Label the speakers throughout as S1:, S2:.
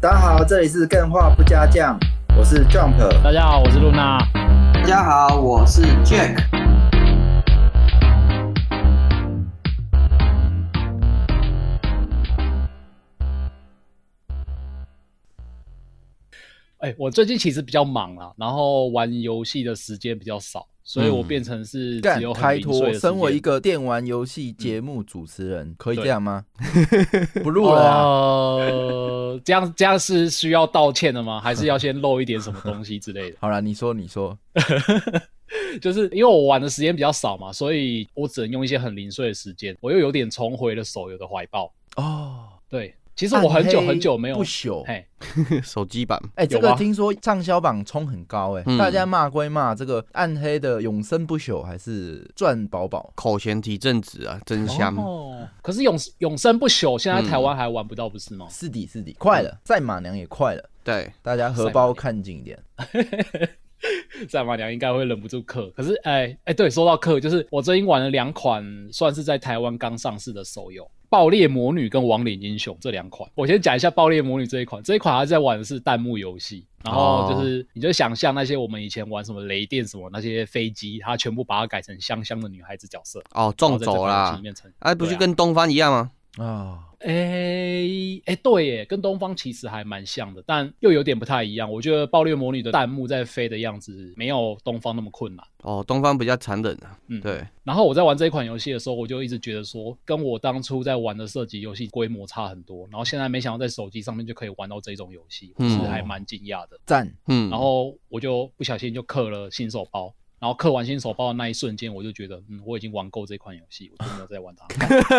S1: 大家好，这里是更画不加酱，我是 Jump。
S2: 大家好，我是露娜。
S3: 大家好，我是 Jack。
S2: 哎，我最近其实比较忙啦，然后玩游戏的时间比较少，所以我
S4: 嗯
S2: 变成是只
S4: 干
S2: 有很
S4: 开
S2: 零碎
S4: 脱，
S2: 的时
S4: 身为
S2: 间
S4: 一个电玩游戏节目主持人，可以
S2: 嗯对
S4: 这样吗？ 不录了
S2: 哦
S4: 啊、
S2: 呃，这样这样是需要道歉的吗？还是要先露一点什么东西之 类的？
S4: 好了，你说，你说，
S2: 就是因为我玩的时间比较少嘛，所以我只能用一些很零碎的时间，我又有点重回了手游的怀抱。
S4: 哦，
S2: 对，其实我很久
S4: 暗黑
S2: 很久没有
S4: 不朽。
S2: 嘿，
S5: 手机版，
S4: 哎、这
S2: 有吗
S4: 个听说畅销榜冲很高、哎、
S5: 嗯
S4: 大家骂归骂，这个暗黑的永生不朽还是赚饱饱。
S5: 口嫌体正直啊，真香。
S2: 哦，可是永永生不朽，现在台
S4: 嗯
S2: 湾还玩不到，不是吗？
S4: 是的，是的，快
S2: 嗯
S4: 了，赛马娘也快了，
S5: 对，
S4: 大家荷包看紧一点。
S2: 战马娘应该会忍不住氪。可是，哎、哎、对，说到氪，就是我最近玩了两款，算是在台湾刚上市的手游。爆裂魔女跟亡灵英雄这两款，我先讲一下爆裂魔女这一款。这一款它在玩的是弹幕游戏，然
S5: 哦
S2: 后就是你就想象那些我们以前玩什么雷电什么那些飞机，它全部把它改成香香的女孩子角色，
S5: 哦，
S2: 然后
S5: 中
S2: 在这
S5: 走
S2: 款游戏
S5: 啦
S2: 里，面成
S5: 啊，不
S2: 对
S5: 就跟东方一样吗？
S4: 啊，
S2: 哎、哎、对耶，跟东方其实还蛮像的，但又有点不太一样。我觉得爆裂魔女的弹幕在飞的样子没有东方那么困难。
S5: 哦，东方比较残忍啊。
S2: 嗯
S5: 对，
S2: 然后我在玩这一款游戏的时候，我就一直觉得说，跟我当初在玩的射击游戏规模差很多。然后现在没想到在手机上面就可以玩到这种游戏，我是
S5: 嗯
S2: 还蛮惊讶的。
S4: 赞！
S5: 嗯，
S2: 然后我就不小心就氪了新手包，然后氪完新手包的那一瞬间，我就觉得，嗯，我已经玩够这款游戏，我就没有再玩 它。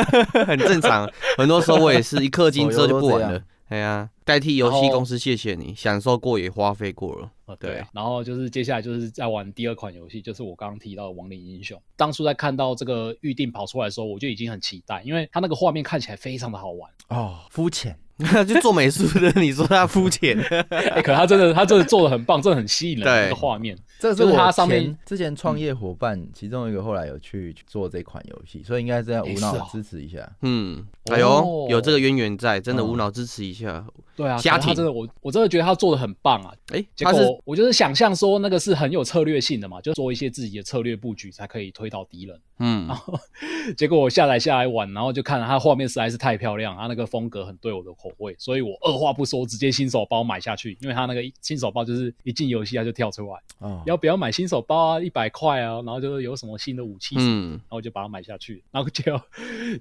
S5: 很正常，很多时候我也是一氪金之后就 不玩
S4: 手游都这
S5: 了
S4: 样。
S5: 哎呀，代替游
S2: 然
S5: 戏
S2: 后
S5: 公司谢谢你，享受过也花费过了。
S2: 哦，
S5: 对
S2: 对啊。然后就是接下来就是在玩第二款游戏，就是我刚刚提到的《亡灵英雄》。当初在看到这个预定跑出来的时候，我就已经很期待，因为它那个画面看起来非常的好玩。
S4: 哦，肤浅，
S5: 就做美术的，你说他肤 浅？
S2: 哎，可他真的，他真的做的很棒，真的很吸引人
S5: 对
S2: 那个画面。
S4: 这
S2: 就是
S4: 我
S2: 它上面嗯
S4: 前之前创业伙伴其中一个后来有去做这款游戏，所以应该这样
S2: 哎
S4: 无
S2: 是
S4: 脑
S2: 哦
S4: 支持一下。
S5: 嗯，
S2: 哦
S5: 哎呦，有这个渊源在，真的无脑支持一下。
S2: 对啊，
S5: 瞎
S2: 可是他
S5: 挺
S2: 真的，我我真的觉得他做的很棒啊。
S5: 哎，
S2: 结
S5: 他是
S2: 果我就是想象说那个是很有策略性的嘛，就做一些自己的策略布局才可以推倒敌人。
S5: 嗯，
S2: 哦结果我下载下来玩，然后就看了它画面实在是太漂亮，它那个风格很对我的口味，所以我二话不说直接新手包买下去，因为它那个一新手包就是一进游戏它就跳出来，
S4: 哦，
S2: 要不要买新手包啊？一百块啊，然后就是有什么新的武器什么的，
S5: 嗯
S2: 然后我就把它买下去，然后结果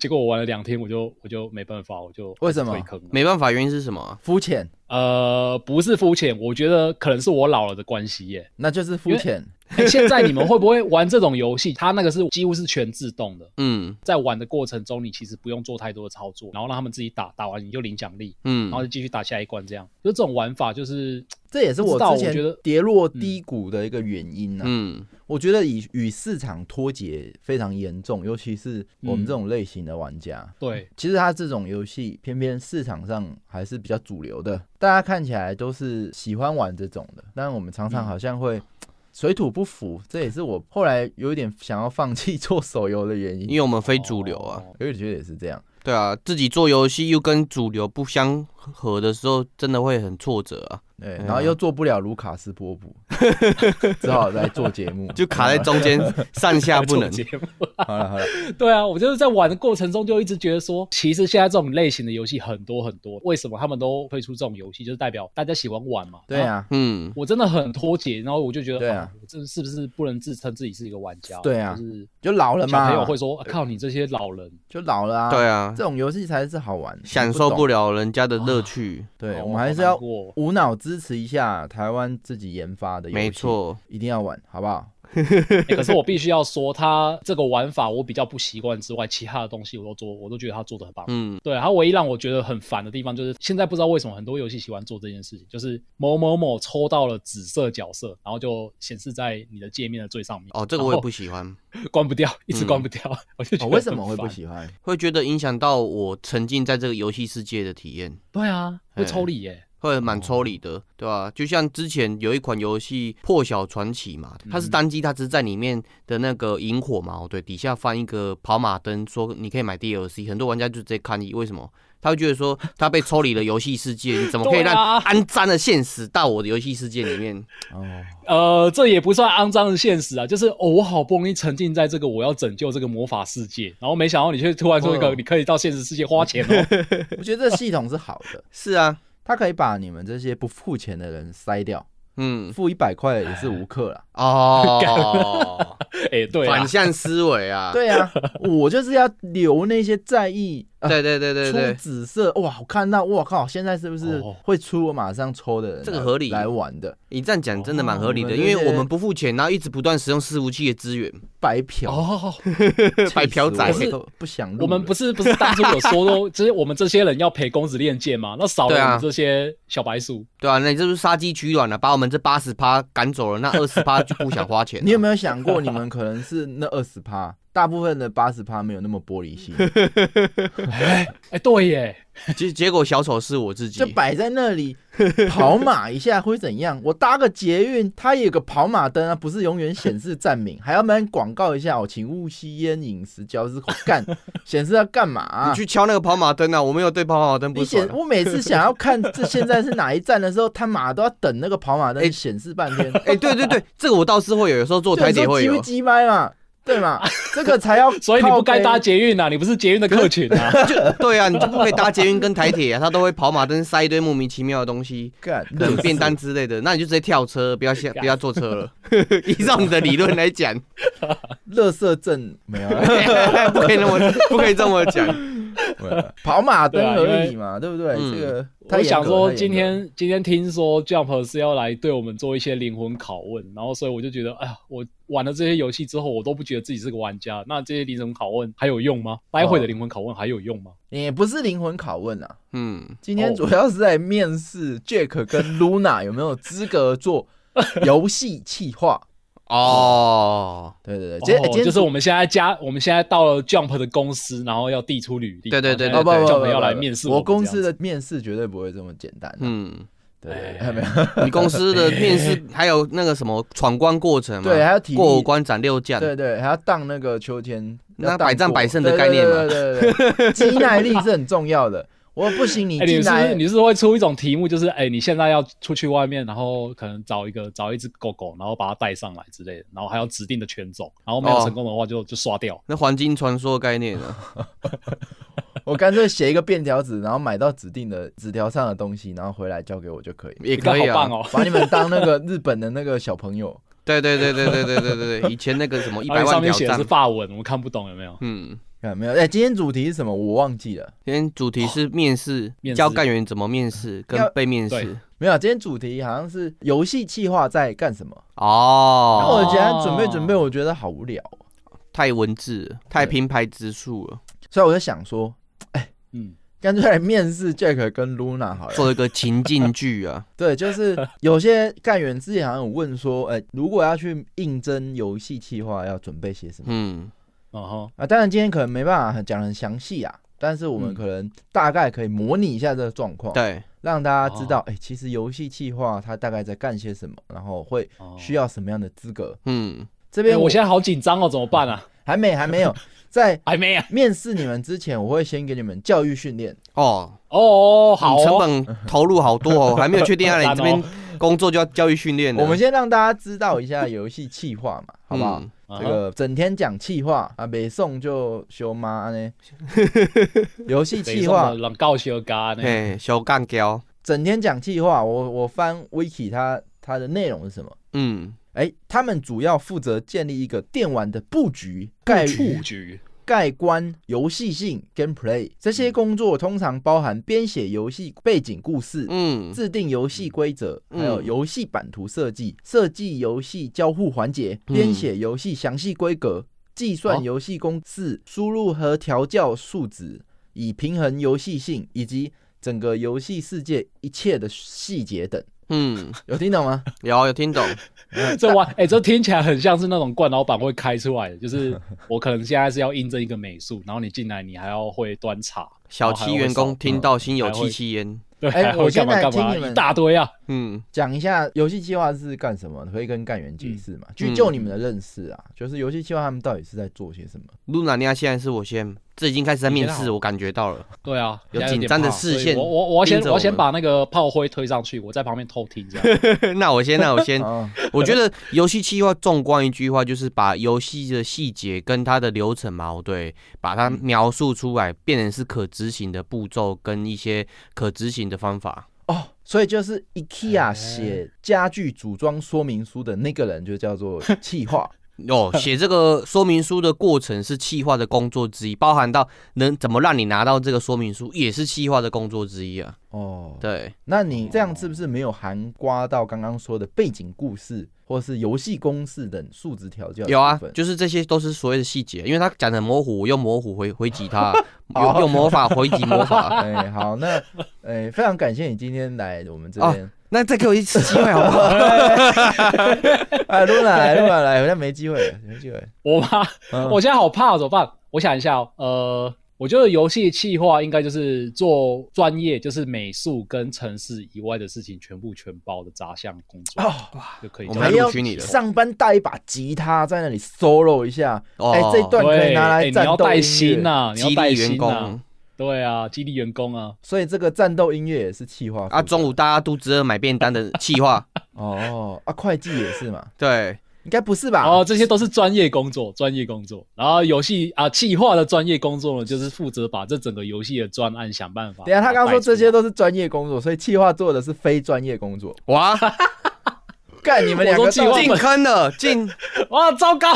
S2: 结果我玩了两天，我就我就没办法，我就
S4: 为什么
S2: 退坑了？
S5: 没办法，原因是什么啊？
S4: 肤浅，
S2: 呃，不是肤浅，我觉得可能是我老了的关系 耶。
S4: 那就是肤浅。
S2: 哎现在你们会不会玩这种游戏？它那个是几乎是全自动的，
S5: 嗯
S2: 在玩的过程中，你其实不用做太多的操作，然后让他们自己打，打完你就领奖励，
S5: 嗯
S2: 然后就继续打下一关，这样。就这种玩法，就是
S4: 这也是
S2: 不
S4: 我
S2: 知道
S4: 之
S2: 我觉得嗯
S4: 前跌落低谷的一个原因呢、
S5: 嗯，
S4: 我觉得与与市场脱节非常严重，尤其是我们
S2: 嗯
S4: 这种类型的玩家。
S2: 对，
S4: 其实它这种游戏偏偏市场上还是比较主流的，大家看起来都是喜欢玩这种的，但我们常
S2: 嗯
S4: 常好像会。水土不服，这也是我后来有一点 想要放弃做手游的原
S5: 因
S4: 因。
S5: 为我们非主流啊。
S2: 哦
S4: 有点觉得也是这样，
S5: 对啊，自己做游戏又跟主流不相合的时候，真的会很挫折啊，
S4: 对，
S5: 嗯
S4: 然后又做不了卢卡斯波普， 只好来做节目。
S5: 就卡在中间，上下不能
S2: 做。节目
S4: 好了好了，
S2: 对啊，我就是在玩的过程中就一直觉得说，其实现在这种类型的游戏很多很多，为什么他们都推出这种游戏，就是代表大家喜欢玩嘛。
S4: 对啊，
S5: 嗯，
S2: 我真的很脱节，然后我就觉得，
S4: 对啊
S2: 我这是不是不能自称自己是一个玩家？
S4: 对啊
S2: 就是
S4: 就老了
S2: 小
S4: 嘛，
S2: 朋友会说，啊靠，你这些老人，
S4: 就老了啊。
S5: 对啊
S4: 这，种游戏才是好玩，
S5: 享受不
S4: 了。
S5: 了人家的乐趣，
S4: 对，
S2: 哦
S4: 我们还是要
S2: 好难过
S4: 无脑支持一下台湾自己研发的游戏，
S5: 没，错。
S4: 一定要玩，好不好？
S2: 欸可是我必须要说，他这个玩法我比较不习惯之外，其他的东西我都做，我都觉得他做的很棒。
S5: 嗯，
S2: 对，他唯一让我觉得很烦的地方就是，现在不知道为什么很多游戏喜欢做这件事情，就是某某某抽到了紫色角色，然后就显示在你的界面的最上面。
S5: 哦，这个我也不喜欢，
S2: 然后关不掉，一直关不掉，我就觉
S4: 哦，
S2: 得
S4: 为什么
S2: 很
S4: 会不
S2: 烦？
S4: 喜欢？
S5: 会觉得影响到我沉浸在这个游戏世界的体验。
S4: 哎
S2: 对啊，会抽离耶、
S5: 或者蛮抽离的，对吧、就像之前有一款游戏《破晓传奇》嘛，它是单机，它只是在里面的那个萤火嘛，哦对，底下放一个跑马灯，说你可以买 DLC，很多玩家就直接抗议，为什么？他会觉得说他被抽离了游戏世界，你怎么可以
S2: 对
S5: 让
S2: 啊
S5: 肮脏的现实到我的游戏世界里面？
S4: 哦，
S2: 呃，这也不算肮脏的现实啊，就是哦，我好不容易沉浸在这个我要拯救这个魔法世界，然后没想到你却突然说一
S5: 哦
S2: 个你可以到现实世界花钱哦，
S4: 我觉得这系统是好的，
S5: 是啊，
S4: 它可以把你们这些不付钱的人筛掉，
S5: 嗯，
S4: 付一百块也是无 氪啦。
S5: 哦，
S2: 哎，对啊
S5: 反，向思维啊，
S4: 对啊，我就是要留那些在意。呃
S5: 对对对对
S4: 出
S5: 对，
S4: 紫色哇！我看到哇靠，现在是不是
S2: 哦
S4: 会出我马上抽的人来？
S5: 这个合理
S4: 来玩的
S5: 你这样讲真的蛮合理的，
S4: 哦
S5: 因为我们不付钱，然后一直不断使用伺服器的资源，
S4: 白嫖，
S2: 哦，
S4: 气死
S5: 白嫖仔
S4: 我我都不想录了。
S2: 我们不是不是当初有说过，就是我们这些人要陪公子练剑嘛，那少了
S5: 对啊
S2: 我们这些小白鼠，
S5: 对啊，那你这是杀鸡取卵了、把我们这八十趴赶走了，那二十趴就不想花 钱、
S4: 你有没有想过，你们可能是那二十趴，大部分的八十趴没有那么玻 璃心，
S2: 哎，对耶，
S5: 有？结结果小丑是我自己
S4: 就，摆在那里跑马一下会怎样？我搭个捷运，它也有个跑马灯啊，不是永远显示站名，还要不然广告一下哦，请勿吸烟、饮食、嚼之口干，显示要干嘛啊、
S5: 你去敲那个跑马灯啊！我没有对跑马灯不
S4: 你
S5: 爽
S4: 显
S5: 啊、
S4: 我每次想要看这现在是哪一站的时候，他妈都要等那个跑马
S5: 哎
S4: 灯显示半天，
S5: 哎、对对对，这个我倒是会有，有时候坐
S4: 就
S5: 台
S4: 你
S5: 铁
S4: 说
S5: 会
S4: 鸡
S5: 有
S4: 不。鸡掰嘛，对嘛？这个才 要，
S2: 所以你不该搭。捷运啊，你不是捷运的客群啊，
S5: 就对啊，你就不可以搭捷运跟台铁啊，他都会跑马灯塞一堆莫名其妙的东西，
S4: 干
S5: 可 能便当之类的，那你就直接跳车，不要下不要坐车了。 依照你的理论来讲，
S4: 乐色证没有啊，
S5: 不可以那么不可以这么讲。
S4: 跑马灯
S2: 对啊因
S4: 而
S2: 为
S4: 已嘛，对不对？
S5: 嗯
S4: 这个太
S2: 我
S4: 严格
S2: 想说，
S4: 太严格
S2: 今天今天听说 Jump 是要来对我们做一些灵魂拷问，然后所以我就觉得，哎呀，我玩了这些游戏之后，我都不觉得自己是个玩家。那这些灵魂拷问还有用吗？
S5: 哦
S2: 待会的灵魂拷问还有用吗？
S4: 也不是灵魂拷问啊，
S5: 嗯，
S4: 今天
S2: 哦
S4: 主要是在面试 Jack 跟 Luna 有没有资格做游戏企 划。
S5: 哦，
S4: 对对对，今天
S2: 哦
S4: 今，天
S2: 就是
S4: 主
S2: 我们现在加，我们现在到了 Jump 的公司，然后要递出履历。
S5: 对对对
S4: 哦
S2: 然
S4: 不
S2: 后
S4: 不
S2: 现在
S4: 不不不
S2: Jump 要来面试
S4: 我
S2: 们这样
S4: 公
S2: 子
S4: 司的面试绝对不会这么简单。嗯，
S5: 嗯，
S4: 对对
S2: 哎
S4: 对，没有
S5: 你公司的面试还有那个什么闯关过程嘛？
S4: 对，还要体力
S5: 过五关斩六
S2: 哎
S5: 将。
S4: 对对，还要当那个秋天，
S5: 那
S4: 要当
S5: 百战
S4: 过
S5: 百胜的概念嘛
S4: 对对对对对 对，肌耐力是很重要的。我不行，你
S2: 哎、
S4: 进
S2: 你是不
S4: 来
S2: 是你是会出一种题目，就是哎、你现在要出去外面，然后可能找一个找一只狗狗，然后把它带上来之类的，然后还要指定的犬种，然后没有
S5: 哦
S2: 成功的话就、就刷掉。
S5: 那黄金传说的概念啊，
S4: 我干脆写一个便条纸，然后买到指定的纸条上的东西，然后回来交给我就可以了，
S5: 也可以
S2: 好
S5: 啊
S2: 棒。哦！
S4: 把你们当那个日本的那个小朋友。
S5: 对对对对对对对对对，以前那个什么一
S2: 然后
S5: 百
S2: 上
S5: 万
S2: 面
S5: 挑
S2: 写的
S5: 战
S2: 是，法文，我们看不懂有没有？
S5: 嗯，
S4: 看没有？哎、今天主题是什么？我忘记了。
S5: 今天主题是面试
S2: 面，试
S5: 教干员怎么面试跟
S4: 要
S5: 被面
S2: 对
S5: 试。
S4: 没有，今天主题好像是游戏企划在干什么。那、
S5: 哦，
S4: 我今天准备准备，我觉得好无聊哦、
S5: 太文字了，太平白直述了，
S4: 所以我就想说，哎
S2: 嗯，
S4: 干脆来面试 Jack 跟 Luna 好了。
S5: 做一个情境剧啊。
S4: 对，就是有些干员之前好像有问说，哎、如果要去应征游戏企划，要准备些什么
S5: 嗯，
S2: 然后
S4: 啊？当然今天可能没办法讲得很详细啊，但是我们
S2: 嗯
S4: 可能大概可以模拟一下这个状况，
S5: 对，
S4: 让大家知
S2: 哦
S4: 道，哎、其实游戏企划它大概在干些什么，然后会需要什么样的资格。
S5: 嗯，
S2: 哦
S4: 这
S2: 哎、
S4: 边
S2: 我现在好紧张哦，怎么办啊？
S4: 还没还没有 在
S2: 还没啊？
S4: 面试你们之前，我会先给你们教育训练。
S5: 哦，
S2: 哦，好
S5: 你
S2: 哦，
S5: 嗯成本投入好多哦，还没有确定下来，你这边
S2: 好
S5: 工作就要教育训练了。
S4: 我们先让大家知道一下游戏企划嘛，好不好？
S5: 嗯？
S2: 啊
S4: 这个整天讲气话啊，北宋就修妈 呢，游戏
S2: 北
S4: 气
S2: 宋
S4: 话
S2: 的，冷告修嘎呢？
S5: 嘿，小干胶，
S4: 整天讲气话。我我翻 wiki 它它的内容是什么？
S5: 嗯，
S4: 哎，他们主要负责建立一个电玩的布局、概
S2: 布局
S4: 盖观、游戏性、gameplay 这些工作，通常包含编写游戏背景故事、
S5: 嗯，
S4: 制定游戏规则，
S5: 嗯
S4: 还有游戏版图设计、设计游戏交互环节、
S5: 嗯
S4: 编写游戏详细规格、计算
S5: 哦
S4: 游戏公式、输入和调教数值，以平衡游戏性以及整个游戏世界一切的细节等。
S5: 嗯，
S4: 有听懂 吗？
S5: 有 有听懂，
S2: 这玩哎、这听起来很像是那种冠老板会开出来的，就是我可能现在是要印证一个美术，然后你进来你还要会端茶，
S5: 小七员工听到心有戚戚焉，
S2: 对，
S4: 哎
S2: 哦还
S4: 我
S2: 会干
S4: 现
S2: 嘛
S4: 在
S2: 干
S4: 听
S2: 嘛，
S4: 你们
S2: 一大堆啊。
S5: 嗯
S4: 讲一下游戏计划是干什么，可以跟干员解释
S5: 嗯
S4: 嘛？就就你们的认识啊，就是游戏计划他们到底是在做些什么？
S5: 露娜尼亚现在是我先，这已经开始在面
S2: 你先
S5: 试，
S2: 好
S5: 我感觉到了。
S2: 对啊，
S5: 有
S2: 现在
S5: 紧
S2: 点
S5: 张的
S2: 怕
S5: 视
S2: 所以
S5: 线
S2: 我我我要先
S5: 盯着
S2: 我要先
S5: 我们
S2: 把那个炮灰推上去，我在旁边偷听这样。
S5: 那我先，那 我先，
S4: 啊，
S5: 我觉得游戏企划纵观一句话，就是把游戏的细节跟它的流程嘛，对，把它
S2: 嗯
S5: 描述出来，变成是可执行的步骤跟一些可执行的方法。
S4: 哦，所以就是 IKEA 写家具组装说明书的那个人就 叫做企划。
S5: 哦，写这个说明书的过程是企划的工作之一，包含到能怎么让你拿到这个说明书，也是企划的工作之一啊。
S4: 哦，
S5: 对，
S4: 那你这样是不是没有含刮到刚刚说的背景故事或是游戏公式等数值调教的
S5: 有啊
S4: 部，分
S5: 就是这些都是所谓的细节，因为他讲的模糊，我用模糊回回击他，
S4: 好
S5: 用用魔法回击魔 法。
S4: 哎、好，那 哎、非常感谢你今天来我们这
S5: 哦
S4: 边。
S5: 那再给我一次机会好不好？
S4: 哎，露娜来，露娜来，好像没机会了，没机会了。
S2: 我怕，
S4: 嗯
S2: 我现在好怕，哦怎么办？我想一下、哦，呃，我觉得游戏企划应该就是做专业，就是美术跟城市以外的事情全部全包的杂项工作，
S4: 哦
S2: 就可以
S5: 我
S2: 这
S5: 们
S2: 样。
S5: 要
S4: 还要
S5: 录取你了
S4: 上班带一把吉他在那里 solo 一下，
S5: 哦
S4: 哎、这一段可以
S2: 对，
S4: 拿
S2: 哎
S4: 来
S2: 你
S4: 战
S2: 要
S4: 斗
S2: 带
S4: 音乐
S2: 薪。呐，你要
S5: 激
S2: 带
S5: 励员
S2: 薪
S5: 工
S2: 呐，。对啊，激励员工啊，
S4: 所以这个战斗音乐也是企划
S5: 啊，中午大家肚子饿买便当的企划，
S4: 哦啊，会计也是嘛，
S5: 对，
S4: 应该不是吧？
S2: 哦，这些都是专业工作，专业工作。然后游戏啊，企划的专业工作呢，就是负责把这整个游戏的专案想办法。
S4: 等一下他刚刚说这些
S2: 都，
S4: 都是专业工作，所以企划做的是非专业工作。
S5: 哇，
S4: 干你们两个
S2: 我说
S4: 到
S2: 计
S4: 底
S5: 进坑了，进，
S2: 哇，糟糕，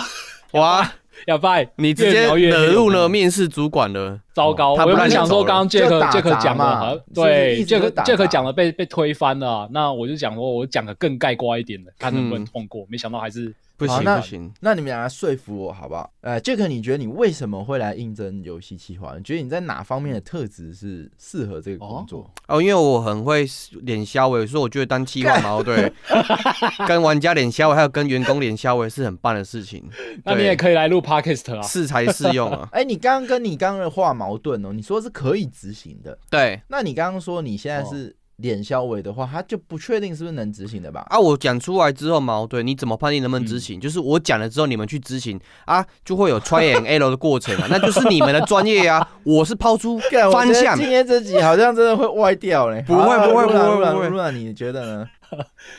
S5: 哇，
S2: 要拜，
S5: 你直接
S2: 越描越黑
S5: 惹入了
S2: 我们
S5: 面试主管了。
S2: 糟糕，
S5: 哦他
S2: 我
S5: 不
S2: 原
S5: 让
S2: 本
S5: 你
S2: 想
S5: 走
S2: 说，
S5: 了
S2: 刚刚
S4: 就
S2: Jack
S4: 打杂
S2: Jack 讲的
S4: 嘛
S2: 好像
S4: 是，不是
S2: 对
S4: 一直都
S2: ，Jack
S4: 打杂
S2: Jack 讲的被被推翻了啊。那我就讲说，我讲个更盖瓜一点的，看能不
S5: 嗯
S2: 能通过。没想到还是
S5: 不
S4: 好
S5: 行
S4: 那
S5: 不行，
S4: 那你们俩来说服我好不好？呃，Jack，你觉得你为什么会来应征游戏企划？你觉得你在哪方面的特质是适合这个工作？。
S5: 哦，因为我很会脸消委，所以我觉得当企划矛对， 跟玩家脸消委，还有跟员工脸消委是很棒的事情。
S2: 那你也
S5: 以
S2: 可以来录 Podcast 啊。
S5: 适才适用啊
S4: 哎、你刚刚跟你刚刚的话矛盾哦，你说是可以执行的，
S5: 对
S4: 那你刚刚说你现
S2: 哦
S4: 在是脸消委的话，他就不确定是不是能执行的吧？
S5: 啊，我讲出来之后矛对，你怎么判定能不能
S4: 嗯
S5: 执行？就是我讲了之后，你们去执行啊，就会有 try and error 的过程啊，那就是你们的专业啊。我是抛出
S4: 干我觉得
S5: 方向
S4: 今。天这集好像真的会歪掉嘞。
S5: 不会
S4: 好啊
S5: 不会
S4: 露
S5: 不
S4: 娜
S5: 会
S4: 露娜
S5: 不会
S4: 露娜，你觉得 呢？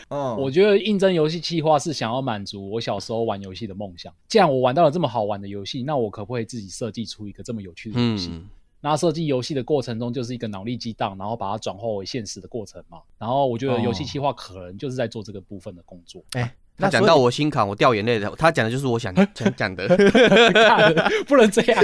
S4: 哦，
S2: 我觉得应征游戏企划是想要满足我小时候玩游戏的梦想。既然我玩到了这么好玩的游戏，那我可不可以自己设计出一个这么有趣的游戏？
S5: 嗯，
S2: 那设计游戏的过程中就是一个脑力激荡，然后把它转化为现实的过程嘛。然后我觉
S5: 哦
S2: 得游戏企划可能就是在做这个部分的工作。
S5: 他
S4: 那
S5: 讲
S4: 所以
S5: 到我心坎，我掉眼泪了。他讲的就是 我想想讲的。
S2: 看不能这样。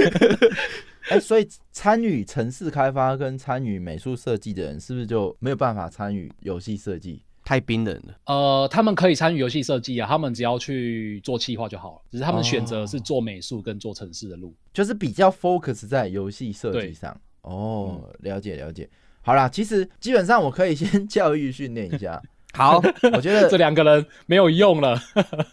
S4: 哎、所以参与城市开发跟参与美术设计的人，是不是就没有办法参与游戏设计？
S5: 太冰冷了。
S2: 呃，他们可以参与游戏设计啊，他们只要去做企划就好了。只是他们选择是做美术跟做城市的路。
S4: 就是比较 focus 在游戏设计
S2: 对
S4: 上。哦，
S5: 嗯
S4: 了解了解。好啦，其实基本上我可以先教育训练一下。
S5: 好
S4: 我觉得
S2: 这两个人没有用了。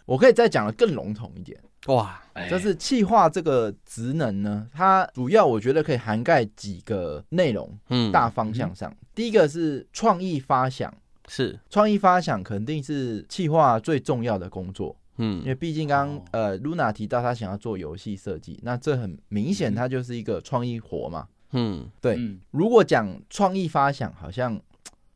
S4: 我可以再讲的更笼统一点，
S5: 哇，
S2: 哎
S4: 就是企划这个职能呢，它主要我觉得可以涵盖几个内容，
S5: 嗯，
S4: 大方向上。第一个是创意发想，
S5: 是，
S4: 创意发想肯定是企划最重要的工作。因
S5: 嗯
S4: 为毕竟刚刚
S2: 哦
S4: 呃，Luna 提到她想要做游戏设计，那这很明显，它就是一个创意活嘛。
S5: 嗯，
S4: 对，
S2: 嗯
S4: 如果讲创意发想，好像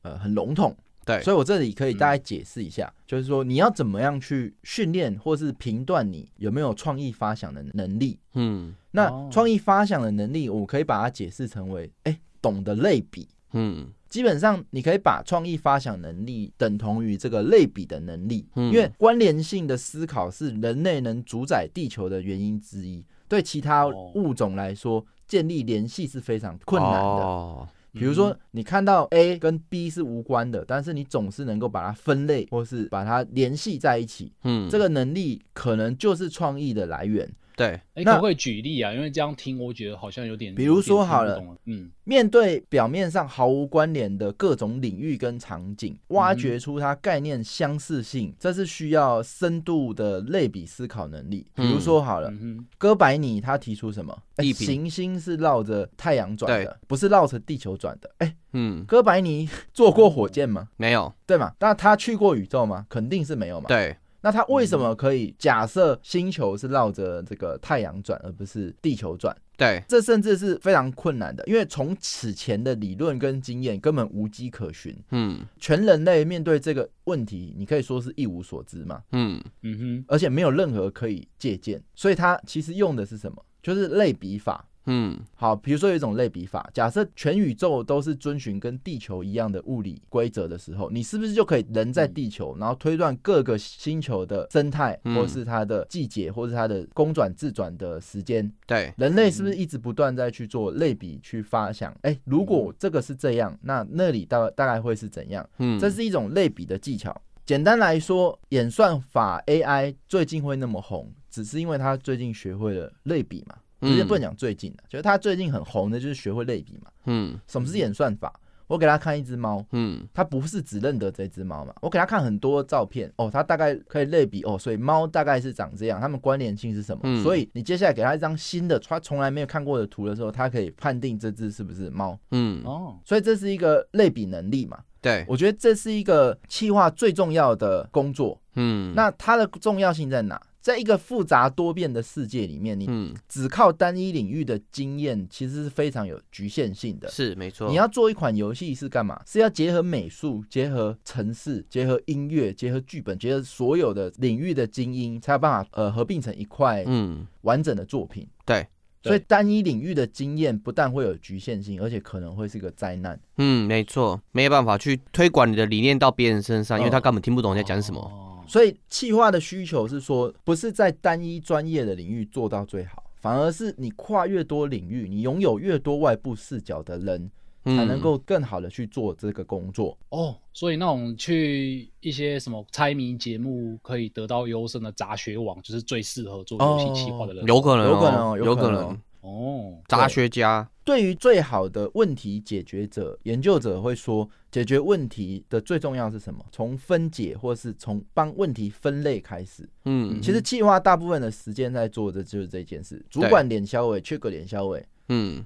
S4: 呃很笼统，
S5: 对嗯
S4: 所以我这里可以大概解释一下，就是说你要怎么样去训练或是评断你有没有创意发想的能力。
S5: 嗯
S4: 那
S2: 哦
S4: 创意发想的能力，我可以把它解释成为，哎，懂得类比。
S5: 嗯
S4: 基本上，你可以把创意发想能力等同于这个类比的能力，
S5: 嗯
S4: 因为关联性的思考是人类能主宰地球的原因之一。对其他
S2: 哦
S4: 物种来说，建立联系是非常困难的。
S5: 哦
S4: 比如说，你看到 A 跟 B 是无关的，但是你总是能够把它分类或是把它联系在一起，
S5: 嗯，
S4: 这个能力可能就是创意的来源。
S5: 对，
S2: 哎，
S4: 那
S2: 可不可以举例啊？因为这样听，我觉得好像有点，
S4: 比如说
S2: 有点听
S4: 好
S2: 不
S4: 了
S2: 懂，嗯，
S4: 面对表面上毫无关联的各种领域跟场景，挖掘出它概念相似性，这是需要深度的类比思考能力。比如说好了，
S2: 嗯哼，
S4: 哥白尼他提出什么？哎
S5: 地平
S4: 行星是绕着太阳转
S5: 对
S4: 的，不是绕着地球转的。哎，
S5: 嗯，
S4: 哥白尼坐过火箭吗？
S5: 没有，
S4: 对嘛？那他去过宇宙吗？肯定是没有嘛。。
S5: 对，嗯
S4: 那他为什么可以假设星球是绕着这个太阳转，而不是地球转？
S5: 对，
S4: 这甚至是非常困难的，因为从此前的理论跟经验根本无迹可寻。
S5: 嗯
S4: 全人类面对这个问题，你可以说是一无所知嘛，
S5: 嗯，
S2: 嗯哼，
S4: 而且没有任何可以借鉴。所以它其实用的是什么？就是类比法。
S5: 嗯
S4: 好，比如说有一种类比法，假设全宇宙都是遵循跟地球一样的物理规则的时候，你是不是就可以人在地球，然后推断各个星球的生态，
S5: 嗯
S4: 或是它的季节，或是它的公转自转的时间？
S5: 对，
S4: 人类是
S5: 嗯
S4: 不是一直不断在去做类比，去发想？哎、如果这个是这样，那那里大大概会是怎样？
S5: 嗯，
S4: 这是一种类比的技巧。简单来说，演算法 AI 最近会那么红，只是因为它最近学会了类比嘛。
S5: 嗯
S4: 直接不能讲最近了，就是它最近很红的就是学会类比嘛。
S5: 嗯
S4: 什么是演算法？我给他看一只猫，
S5: 嗯
S4: 它不是只认得这只猫嘛？我给他看很多照片哦，它大概可以类比哦，所以猫大概是长这样，它们关联性是什么？
S5: 嗯
S4: 所以你接下来给它一张新的，它从来没有看过的图的时候，它可以判定这只是不是猫。
S5: 嗯，
S2: 哦，
S4: 所以这是一个类比能力嘛？
S5: 对，
S4: 我觉得这是一个企划最重要的工作。
S5: 嗯，
S4: 那它的重要性在哪？在一个复杂多变的世界里面，你
S5: 嗯
S4: 只靠单一领域的经验，其实是非常有局限性的。
S5: 是没错，
S4: 你要做一款游戏是干嘛？是要结合美术、结合城市、结合音乐、结合剧本、结合所有的领域的精英，才有办法呃合并成一块
S5: 嗯
S4: 完整的作品。
S5: 对，
S4: 所以单一领域的经验不但会有局限性，而且可能会是个灾难。
S5: 嗯没错，没有办法去推广你的理念到别人身上，因为
S4: 嗯
S5: 他根本听不懂你在讲什
S4: 哦
S5: 么。
S2: 么？
S4: 所以企划的需求是说，不是在单一专业的领域做到最好，反而是你跨越多领域，你拥有越多外部视角的人，才
S5: 嗯
S4: 能够更好的去做这个工作。
S2: 哦，所以那种去一些什么猜谜节目可以得到优胜的杂学网，就是最适合做游戏企划的人。
S5: 有可能哦，
S4: 有可能哦有
S5: 有
S4: 可
S5: 可
S4: 能哦
S5: 能，
S2: 哦，
S5: 杂学家，
S4: 对于最好的问题解决者，研究者会说，解决问题的最重要是什么？从分解或是从帮问题分类开始。
S5: 嗯
S4: 其实计划大部分的时间在做的就是这件事。主管脸消委，缺个脸消委，
S5: 嗯，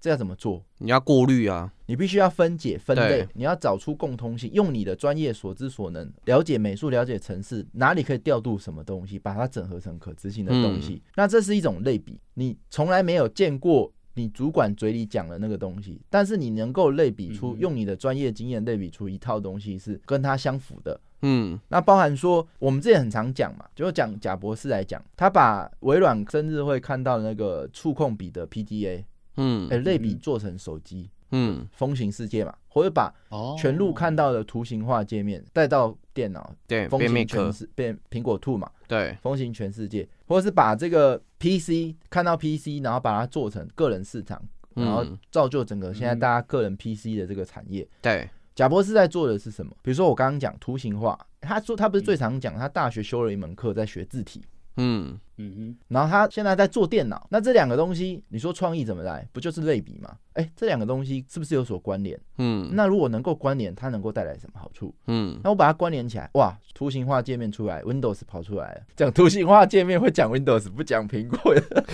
S4: 这要怎么做？
S5: 你要过滤啊，
S4: 你必须要分解分类
S5: 对，
S4: 你要找出共通性，用你的专业所知所能，了解美术，了解城市，哪里可以调度什么东西，把它整合成可执行的东西。那这是一种类比，你从来没有见过你主管嘴里讲的那个东西，但是你能够类比出，
S2: 嗯
S4: 用你的专业经验类比出一套东西是跟它相符的。
S5: 嗯
S4: 那包含说，我们之前很常讲嘛，就讲贾博士来讲，他把微软生日会看到的那个触控笔的 PDA，
S5: 嗯
S4: 哎、类比
S2: 嗯
S4: 做成手机。
S5: 嗯
S4: 风行世界嘛，或者把
S2: 哦，
S4: 全路看到的图形化界面带到电脑，
S5: 哦对，
S4: 风
S5: 变
S4: 行
S5: make
S4: 全世变苹果兔嘛，
S5: 对，
S4: 风行全世界，或者是把这个 PC 看到 PC，然后把它做成个人市场，
S5: 嗯
S4: 然后造就整个现在
S2: 嗯
S4: 大家个人 PC 的这个产业。
S5: 对，
S4: 贾博士在做的是什么？比如说我刚刚讲图形化，他说他不是最常讲，他大学修了一门课在学字体。
S5: 嗯
S2: 嗯
S4: 然后他现在在做电脑，那这两个东西，你说创意怎么来？不就是类比吗？哎，这两个东西是不是有所关联？
S5: 嗯
S4: 那如果能够关联，它能够带来什么好处？
S5: 嗯
S4: 那我把它关联起来，哇，图形化界面出来，Windows 跑出来了。讲图形化界面会讲 Windows，不讲苹果的，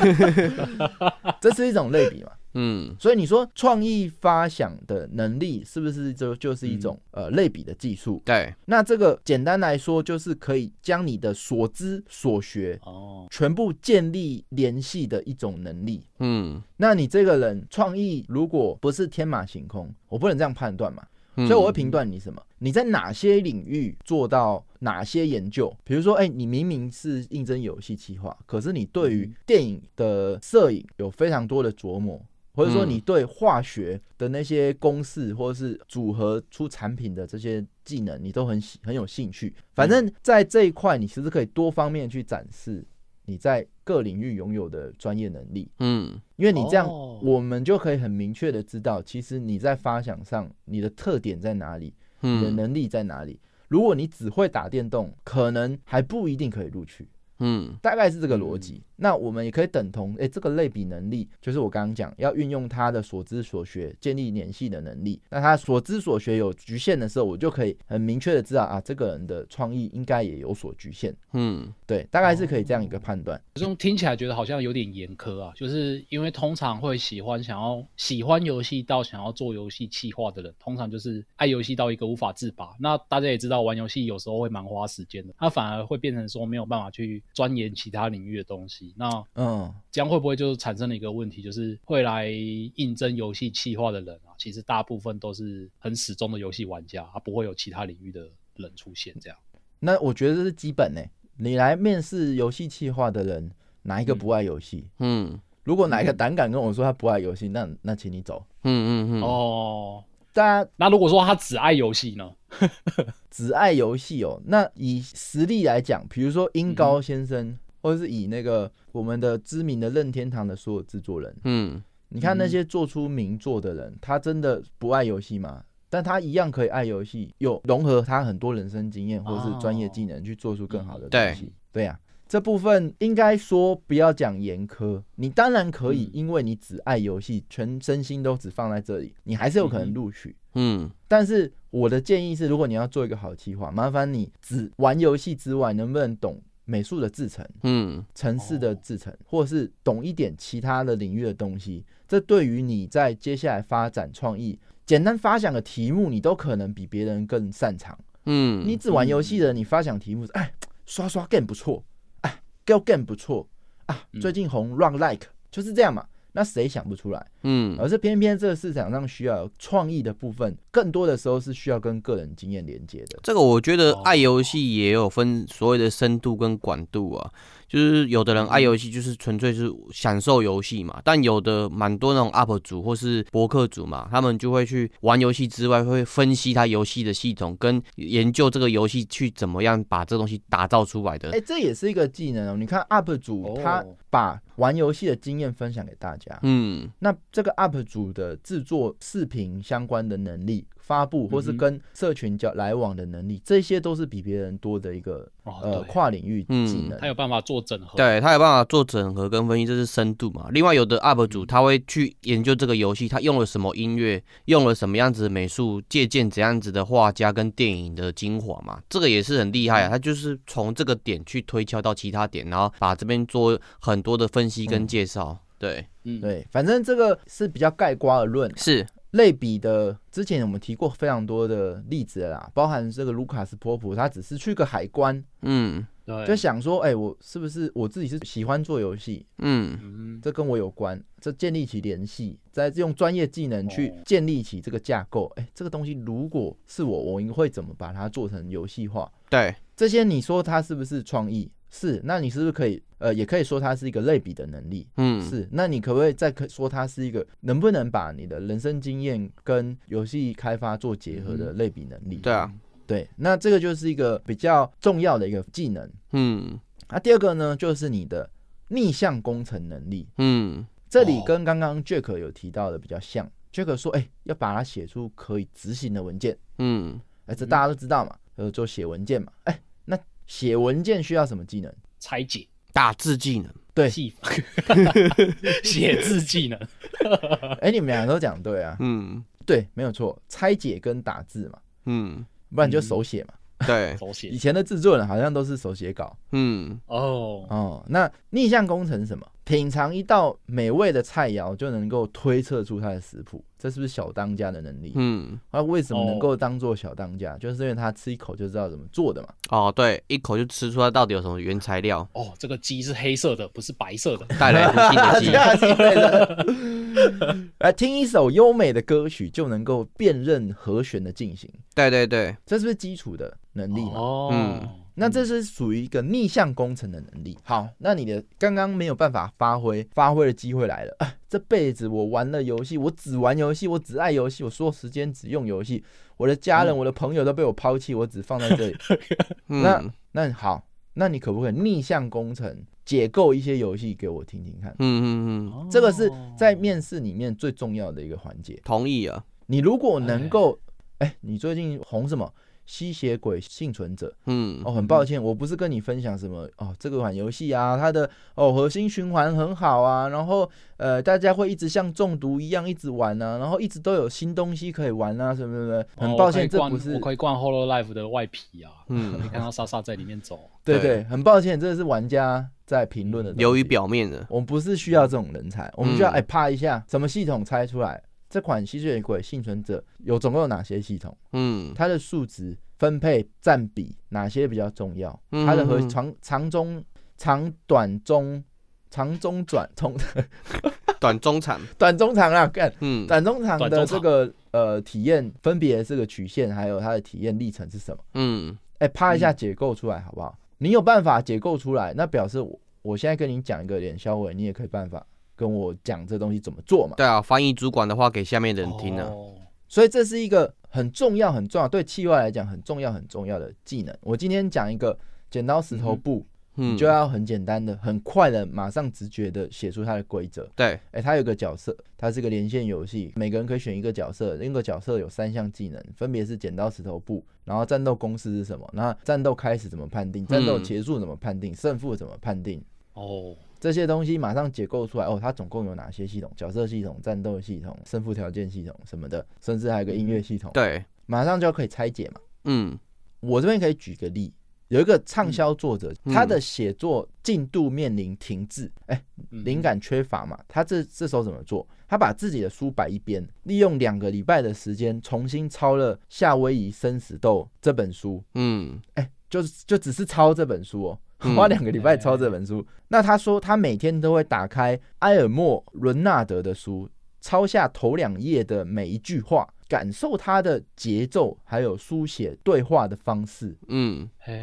S4: 这是一种类比嘛？
S5: 嗯
S4: 所以你说创意发想的能力是不是就就是一种、呃类比的技术？
S5: 对，
S4: 那这个简单来说，就是可以将你的所知所学
S2: 哼，哦，
S4: 全部建立联系的一种能力。
S5: 嗯，
S4: 那你这个人创意如果不是天马行空，我不能这样判断嘛？
S5: 所
S4: 所以我会评断你什么？你在哪些领域做到哪些研究？比如说，哎、你明明是应征游戏企划，可是你对于电影的摄影有非常多的琢磨，或者说
S5: 嗯
S4: 你对化学的那些公式，或者是组合出产品的这些技能，你都很喜很有兴趣。反正在这一块，你其实可以多方面去展示你在各领域拥有的专业能力。
S5: 嗯
S4: 因为你这样，
S2: 哦
S4: 我们就可以很明确的知道，其实你在发想上你的特点在哪里，你的
S5: 嗯
S4: 能力在哪里。如果你只会打电动，可能还不一定可以录取。
S5: 嗯
S4: 大概是这个逻辑。那我们也可以等同，诶，这个类比能力就是我刚刚讲，要运用他的所知所学建立联系的能力。那他所知所学有局限的时候，我就可以很明确的知道啊，这个人的创意应该也有所局限。
S5: 嗯
S4: 对，大概是可以这样一个判断。
S2: 这种听起来觉得好像有点严苛啊，就是因为通常会喜欢想要喜欢游戏到想要做游戏企划的人，通常就是爱游戏到一个无法自拔。那大家也知道，玩游戏有时候会蛮花时间的，他反而会变成说没有办法去钻研其他领域的东西。那
S4: 嗯，
S2: 这样会不会就产生了一个问题，就是会来应征游戏企划的人啊，其实大部分都是很始终的游戏玩家，啊他不会有其他领域的人出现这样。
S4: 那我觉得这是基本呢、欸你来面试游戏企划的人，哪一个不爱游戏？
S5: 嗯
S4: 如果哪一个胆敢跟我说他不爱游戏，那那请你走。
S5: 嗯嗯嗯，
S2: 哦，
S4: 大家
S2: 那如果说他只爱游戏呢？
S4: 只爱游戏哦。那以实力来讲，比如说
S5: 嗯
S4: 英高先生，或者是以那个我们的知名的任天堂的所有制作人，
S5: 嗯
S4: 你看那些做出名作的人，他真的不爱游戏吗？但他一样可以爱游戏，又融合他很多人生经验或是专
S5: 哦
S4: 业技能去做出更好的东西。对呀、这部分应该说不要讲严苛，你当然可以
S2: 嗯，
S4: 因为你只爱游戏，全身心都只放在这里，你还是有可能录取。
S5: 嗯
S4: 但是我的建议是，如果你要做一个好计划，麻烦你只玩游戏之外，能不能懂美术的制成、
S5: 嗯
S4: 城市的
S2: 哦
S4: 制成，或者是懂一点其他的领域的东西？这对于你在接下来发展创意。简单发想个题目，你都可能比别人更擅长。
S5: 嗯，
S4: 你只玩游戏的，你发想题目是，哎，刷刷 game 不错，哎，go game 不错啊，
S5: 嗯
S4: 最近红 run like 就是这样嘛。那谁想不出来？
S5: 嗯
S4: 而是偏偏这个市场上需要有创意的部分，更多的时候是需要跟个人经验连接的。
S5: 这个我觉得爱游戏也有分所谓的深度跟广度啊，就是有的人爱游戏就是纯粹是享受游戏嘛，但有的蛮多那种 UP 主或是博客主嘛，他们就会去玩游戏之外，会分析他游戏的系统，跟研究这个游戏去怎么样把这东西打造出来的
S4: 哎、。这也是一个技能哦。你看 UP 主
S2: 哦
S4: 他把玩游戏的经验分享给大家，
S5: 嗯
S4: 那这个 UP 主的制作视频相关的能力、发布或是
S2: 嗯哼
S4: 跟社群交来往的能力，这些都是比别人多的一个
S2: 哦
S4: 呃
S2: 对
S4: 跨领域技
S5: 嗯
S4: 能
S2: 他。有办法做整合。
S5: 对嗯他有办法做整合跟分析，这是深度嘛。另外，有的 UP 主他会去研究这个游戏，他用了什么音乐，用了什么样子的美术，借鉴怎样子的画家跟电影的精华嘛。这个也是很厉害啊，他就是从这个点去推敲到其他点，然后把这边做很多的分析跟介绍。对，
S2: 嗯，
S4: 对，反正这个是比较盖瓜而论，
S5: 是，
S4: 类比的，之前我们提过非常多的例子了啦，包含这个卢卡斯波普，他只是去个海关，
S5: 嗯
S2: 对，
S4: 就想说，哎、我是不是我自己是喜欢做游戏，
S5: 嗯
S2: 嗯，
S4: 这跟我有关，这建立起联系，再用专业技能去
S2: 哦
S4: 建立起这个架构，哎、这个东西如果是我，我应该会怎么把它做成游戏化？
S5: 对，
S4: 这些你说它是不是创意？是，那你是不是可以，呃，也可以说它是一个类比的能力？
S5: 嗯
S4: 是，那你可不可以再可说它是一个能不能把你的人生经验跟游戏开发做结合的类比能力？
S5: 对啊，
S4: 对，那这个就是一个比较重要的一个技能。
S5: 嗯
S4: 那、第二个呢，就是你的逆向工程能力，
S5: 嗯
S4: 这里
S2: 哦
S4: 跟刚刚 Jack 有提到的比较像。Jack 说，哎、要把它写出可以执行的文件，
S5: 嗯
S4: 哎、这大家都知道嘛，呃，就写文件嘛，哎、那写文件需要什么 技能？
S2: 拆解
S5: 打字技能，
S4: 对
S2: 技， 写字技 能。
S4: 哎、你们两个都讲对啊，
S5: 嗯
S4: 对，没有错，拆解跟打字嘛，
S5: 嗯，
S4: 不然就手写嘛。
S5: 对，
S2: 手写
S4: 以前的制作人好像都是手写稿
S5: 嗯
S2: 哦，
S4: 哦。那逆向工程是什么？品尝一道美味的菜肴，就能够推测出它的食谱，这是不是小当家的能力？
S5: 嗯，
S4: 那、为什么能够当做小当家？就是因为他吃一口就知道怎么做的嘛。
S5: 哦，对，一口就吃出它到底有什么原材料，
S2: 哦，这个鸡是黑色的，不是白色的。
S5: 带来不幸的 记忆。
S4: 啊是的 来听一首优美的歌曲，就能够辨认和弦的进行，
S5: 对对对，
S4: 这是不是基础的能力嘛？
S2: 哦，
S5: 嗯
S4: 那这是属于一个逆向工程的能力。好，那你的刚刚没有办法发挥，发挥的机会来了。啊、这辈子我玩了游戏，我只玩游戏，我只爱游戏，我所有时间只用游戏。我的家人、我的朋友都被我抛弃，我只放在这里。那
S5: 嗯
S4: 那好，那你可不可以逆向工程解构一些游戏给我听听看？
S5: 嗯嗯嗯，
S2: 哦
S4: 这个是在面试里面最重要的一个环节。
S5: 同意啊，
S4: 你如果能够，哎、你最近红什么？吸血鬼幸存者》。
S5: 嗯，
S4: 哦，很抱歉，我不是跟你分享什么哦，这个款游戏啊，它的哦核心循环很好啊，然后呃大家会一直像中毒一样一直玩啊，然后一直都有新东西可以玩啊，什么什么的。很抱歉，这
S2: 哦我可以
S4: 不
S2: 灌
S4: 是
S2: 我可以灌 Holo Life 的外皮啊，
S5: 嗯
S2: 可以看到莎莎在里面走。
S4: 对
S5: 对
S4: 对，很抱歉，这是玩家在评论的东西
S5: 流于。表面的，
S4: 我们不是需要这种人才，我们需要
S5: 嗯
S4: 哎啪一下，什么系统猜出来？这款吸血鬼幸存者有总共有哪些系统？
S5: 嗯
S4: 它的数值分配占比哪些比较重要？
S5: 嗯
S4: 它的和
S5: 嗯嗯
S4: 长长中长短中长中短中
S5: 短中产，
S4: 短中长啊，干
S5: 嗯
S4: 短中长
S2: 短
S4: 的
S2: 中
S4: 这
S2: 长
S4: 个呃体验分别这个曲线，还有它的体验历程是什么？
S5: 嗯
S4: 哎、啪一下解构出来好不好？你有办法解构出来，那表示我我现在跟你讲一个脸销尾，你也可以办法跟我讲这东西怎么做嘛。
S5: 对啊，翻译主管的话给下面的人听啊，
S2: 哦
S4: 所以这是一个很重要、很重要，对企划来讲很重要、很重要的技能。我今天讲一个剪刀石头布，
S5: 嗯
S4: 你就要很简单的、很快的、马上直觉的写出它的规则。
S5: 对，
S4: 哎、它有个角色，它是个连线游戏，每个人可以选一个角色，那个角色有三项技能，分别是剪刀石头布，然后战斗公式是什么，然后战斗开始怎么判
S5: 嗯
S4: 定，战斗结束怎么判定，胜负怎么判定。
S2: 哦，
S4: 这些东西马上解构出来哦，它总共有哪些系统？角色系统、战斗系统、胜负条件系统什么的，甚至还有个音乐系统，
S5: 对，
S4: 马上就可以拆解嘛。
S5: 嗯
S4: 我这边可以举个例，有一个畅销作者，
S5: 嗯
S4: 他的写作进度面临停滞，哎、
S2: 嗯
S4: 灵感缺乏嘛，他这这时候怎么做？他把自己的书摆一边，利用两个礼拜的时间重新抄了《夏威夷生死斗》这本书，
S5: 嗯
S4: 哎、就是就只是抄这本书哦。
S5: 嗯
S4: 花两个礼拜抄这本书，那他说他每天都会打开埃尔默·伦纳德的书，抄下头两页的每一句话，感受他的节奏，还有书写对话的方式。
S5: 嗯
S2: 嘿，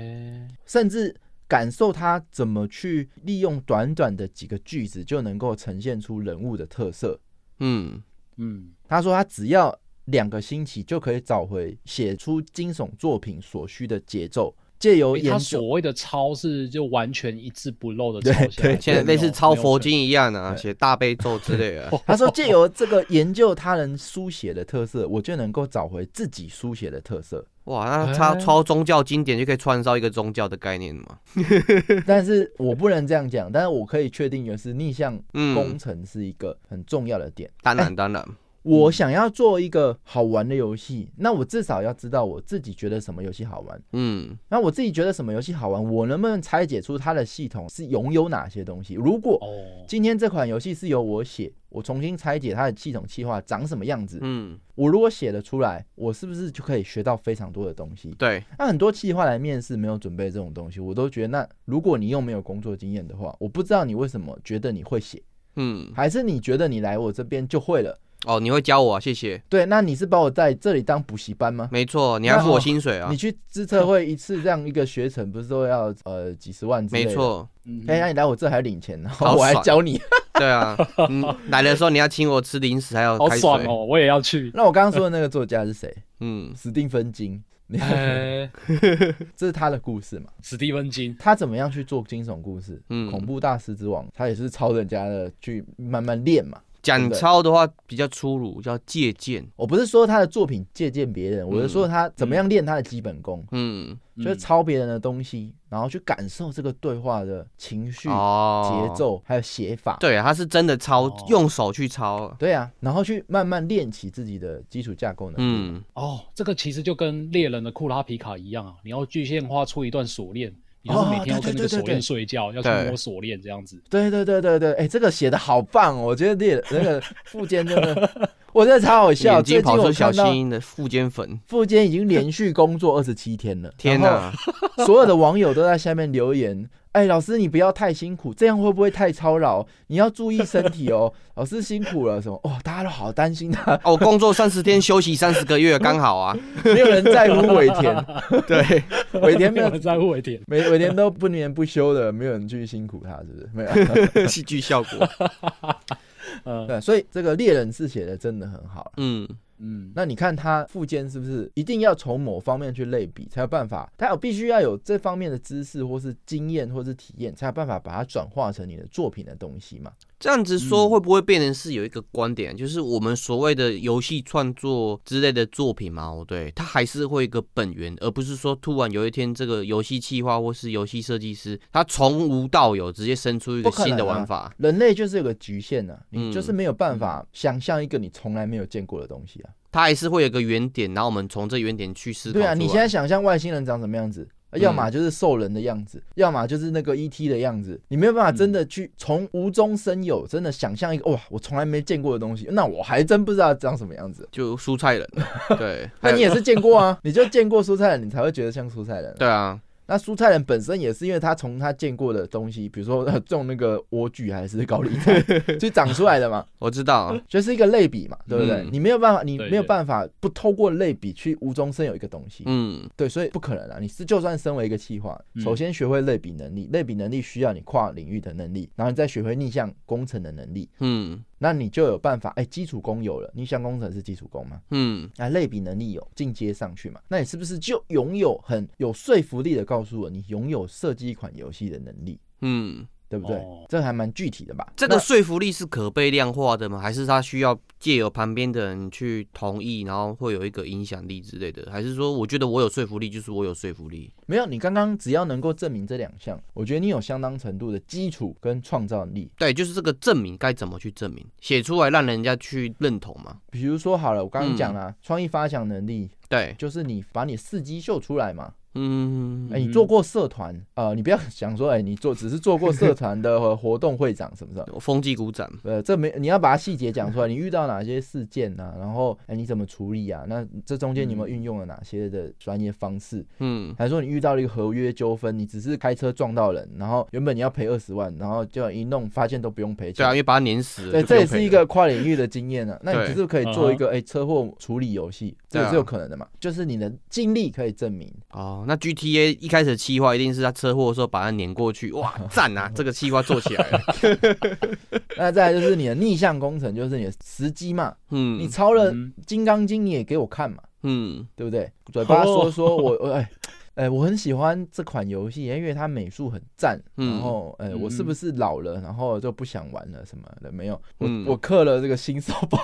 S4: 甚至感受他怎么去利用短短的几个句子就能够呈现出人物的特色。
S5: 嗯
S2: 嗯，
S4: 他说他只要两个星期就可以找回写出惊悚作品所需的节奏，借由
S2: 诶他
S4: 研
S2: 所
S4: 究。
S2: 谓的抄是就完全一字不漏的抄下来
S4: 对对
S5: 现在类似抄佛，
S2: 没有
S5: 经一样啊，写大悲咒之类的，
S4: 他说：“借由这个研究他人书写的特色，我就能够找回自己书写的特色。
S5: 哇，
S4: 哦
S5: 那
S4: 哎
S5: 抄抄宗教经典就可以串烧一个宗教的概念嘛，
S4: 但是我不能这样讲，但是我可以确定，就是逆向
S5: 嗯
S4: 工程是一个很重要的点。
S5: 当然当然，
S4: 我想要做一个好玩的游戏，那我至少要知道我自己觉得什么游戏好玩。
S5: 嗯
S4: 那我自己觉得什么游戏好玩，我能不能拆解出它的系统是拥有哪些东西？如果
S2: 哦，
S4: 今天这款游戏是由我写，我重新拆解它的系统计划长什么样子，
S5: 嗯，
S4: 我如果写得出来，我是不是就可以学到非常多的东西？
S5: 对，
S4: 那很多企划来面试没有准备这种东西，我都觉得那如果你又没有工作经验的话，我不知道你为什么觉得你会写，
S5: 嗯，
S4: 还是你觉得你来我这边就会了。
S5: 哦，你会教我啊，谢谢。
S4: 对，那你是把我在这里当补习班吗？
S5: 没错，你还付我薪水啊
S4: 哦你？去资策会一次这样一个学程，不是都要呃几十万之类
S5: 没
S4: 的？。
S5: 错，
S2: 嗯
S4: 哎、那你来我这还领钱，然
S5: 好
S4: 后 我还
S5: 爽
S4: 教你。
S5: 对 啊，嗯，来的时候你要请我吃零食，还有
S2: 好
S5: 开
S2: 爽
S5: 水，
S2: 哦，我也要去
S4: 。那我刚刚说的那个作家是谁？
S5: 嗯
S4: 史蒂芬金，
S2: 哎，
S4: 这是他的故事嘛？
S2: 史蒂芬 金，
S4: 他怎么样去做惊悚故事？
S5: 嗯
S4: 恐怖大师之王，他也是抄人家的去慢慢练嘛。
S5: 讲
S4: 对不对
S5: 抄的话比较粗鲁，叫借鉴。
S4: 我不是说他的作品借鉴别人，我是说他怎么样练他的基本功，
S5: 嗯，
S4: 就是抄别人的东西，然后去感受这个对话的情绪、
S5: 哦，
S4: 节。奏还有写法。
S5: 对啊，他是真的抄
S2: 哦，
S5: 用手去抄。
S4: 对啊，然后去慢慢练起自己的基础架构能力。
S5: 嗯，
S2: 哦，这个其实就跟猎人的库拉皮卡一样啊，你要具象化出一段锁链，你就是每天要跟那个锁链睡觉，要去摸锁链这样子。
S4: 对对对对对，哎，这个写的好棒、哦，我觉得列那个附件真的，我真的超好笑。
S5: 眼
S4: 啊
S5: 睛
S4: 最近
S5: 跑
S4: 我
S5: 出小
S4: 看到
S5: 心的附件粉，
S4: 附件已经连续工作二十七天了，
S5: 天
S4: 哪！
S5: 哪！
S4: 所有的网友都在下面留言。哎，老师，你不要太辛苦，这样会不会太操劳？你要注意身体哦。 老师辛苦了，什么？哦，大家都好担心他，
S5: 哦，工作三十天，休息三十个月，刚好啊。
S4: 没有人在乎尾田，
S5: 对，
S4: 尾田没有
S2: 有人在乎尾田，
S4: 每每天都不眠不休的，没有人去辛苦他，是不是？没有。
S5: 戏剧效果。
S4: 对，所以这个猎人是写的真的很好了。
S5: 嗯，
S2: 嗯，
S4: 那你看他附件是不是一定要从某方面去类比，才有办法？他有必须要有这方面的知识，或是经验，或是体验，才有办法把它转化成你的作品的东西嘛？
S5: 这样子说
S2: 嗯
S5: 会不会变成是有一个观点，就是我们所谓的游戏创作之类的作品嘛？哦，对，它还是会有一个本源，而不是说突然有一天这个游戏企划或是游戏设计师，他从无到有直接生出一个
S4: 不可能
S5: 新的
S4: 啊
S5: 玩法。
S4: 人类就是有个局限呐、啊，
S5: 嗯
S4: 你就是没有办法想象一个你从来没有见过的东西啊。
S5: 它还是会有一个原点，然后我们从这原点去思考出
S4: 对
S5: 来。嗯
S4: 啊，你现在想象外星人长什么样子，要么就是兽人的样子，要么就是那个 ET 的样子，你没有办法真的去从无中生有，真的想象一个哇，我从来没见过的东西，那我还真不知道长什么样子。
S5: 就蔬菜人，对，
S4: 那你也
S5: 还有
S4: 是见 过啊，你就见过蔬菜人，你才会觉得像蔬菜人啊、
S5: 对啊，
S4: 那蔬菜人本身也是因为他从他见过的东西，比如说呃 种那个莴苣还是高丽 菜，就长出来的嘛，
S5: 我知道，
S4: 就是一个类比嘛，对不对？
S5: 嗯
S4: 你没有办法，你
S2: 对
S4: 没有办法不透过类比去无中生有一个东西，
S5: 嗯
S4: 对，所以不可能啊！你是就算身为一个企划，
S2: 嗯
S4: 首先学会类比能力，类比能力需要你跨领域的能力，然后你再学会逆向工程的能力，
S5: 嗯
S4: 那你就有办法，哎，基础功有了，逆向工程是基础功吗？
S5: 嗯，
S4: 啊，类比能力有进阶上去嘛？那你是不是就拥有很有说服力的告诉我，你拥有设计一款游戏的能力，
S5: 嗯，
S4: 对不对？
S2: 哦
S4: 这还蛮具体的吧？
S5: 这个
S4: 那
S5: 说服力是可被量化的吗？还是他需要借由旁边的人去同意，然后会有一个影响力之类的？还是说，我觉得我有说服力，就是我有说服力？
S4: 没有，你刚刚只要能够证明这两项，我觉得你有相当程度的基础跟创造力。
S5: 对，就是这个证明该怎么去证明，写出来让人家去认同嘛？
S4: 比如说好了，我刚
S5: 嗯
S4: 刚讲了、创意发想能力，
S5: 对，
S4: 就是你把你四机秀出来嘛。
S5: 嗯
S4: 哎、，
S2: 嗯
S4: 你做过社团？呃，你不要想说，哎、你做只是做过社团的呃活动会长什么的。
S5: 风纪鼓掌，
S4: 呃，这没你要把它细节讲出来，你遇到哪些事件啊？然后，哎、你怎么处理啊？那这中间你有没有运用了哪些的专业方式？
S5: 嗯
S4: 还是说你遇到了一个合约纠纷，你只是开车撞到人，然后原本你要赔二十万，然后就一弄发现都不用赔
S5: 对啊，因
S4: 钱。
S5: 为把他碾死了，
S4: 对，
S5: 就不
S4: 哎这
S5: 用
S4: 也是
S5: 赔
S4: 一
S5: 了
S4: 个跨领域的经验啊。那你只是可以
S2: 嗯
S4: 做一个哎、车祸处理游戏，这也是
S5: 对啊
S4: 有可能的嘛？就是你的经历可以证明。
S5: 哦。那 GTA 一开始的企划一定是他车祸的时候把他碾过去， 哇，赞啊！这个企划做起来了，
S4: 那再来就是你的逆向工程，就是你的时机嘛，你
S5: 嗯
S4: 抄了《
S2: 嗯
S4: 金刚经》，你也给我看嘛，
S5: 嗯
S4: 对不对？嘴巴说
S2: 哦
S4: 说我 我哎。哎，我很喜欢这款游戏，因为它美术很赞。
S5: 嗯
S4: 然后，哎，我是
S2: 嗯
S4: 不是老了，然后就不想玩了什么的？没有，我
S5: 嗯
S4: 我氪了这个新手 包，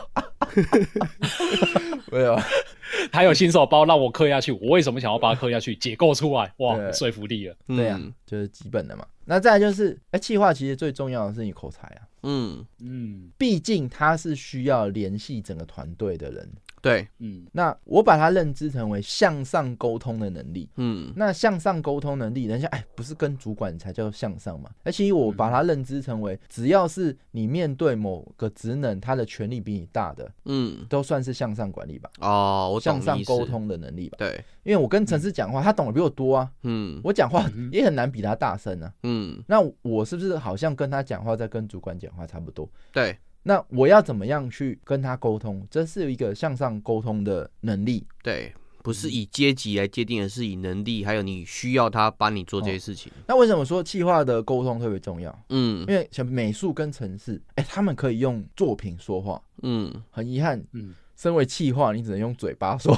S4: 没有，
S2: 还有新手包让我刻下去，我为什么想要把它刻下去？解构出来，哇，
S4: 对
S2: 有说服力了。
S5: 嗯
S4: 对啊呀，就是基本的嘛。那再来就是，哎，企划其实最重要的是你口才啊，
S5: 嗯，
S2: 嗯
S4: 毕竟它是需要联系整个团队的人。
S5: 对，
S2: 嗯
S4: 那我把它认知成为向上沟通的能力。
S5: 嗯
S4: 那向上沟通能力，人家哎，不是跟主管才叫向上嘛？而且我把它认知成为，只要是你面对某个职能，他的权力比你大的，
S5: 嗯，
S4: 都算是向上管理吧，
S5: 哦，我懂
S4: 向
S5: 你
S4: 上
S5: 意思
S4: 沟，通的能力吧。
S5: 对，
S4: 因为我跟陈思讲话，他懂得比我多啊，
S5: 嗯
S4: 我讲话
S2: 嗯哼
S4: 也很难比他大声啊。
S5: 嗯，
S4: 那我是不是好像跟他讲话在跟主管讲话差不多？
S5: 对，
S4: 那我要怎么样去跟他沟通？这是一个向上沟通的能力。
S5: 对，不
S4: 嗯
S5: 是以阶级来界定，而是以能力，还有你需要他帮你做这些
S4: 哦
S5: 事情。
S4: 那为什么说企划的沟通特别重要？
S5: 嗯
S4: 因为像美术跟城市，哎、他们可以用作品说话。
S5: 嗯，
S4: 很遗憾，
S2: 嗯，
S4: 身为气话，你只能用嘴巴说。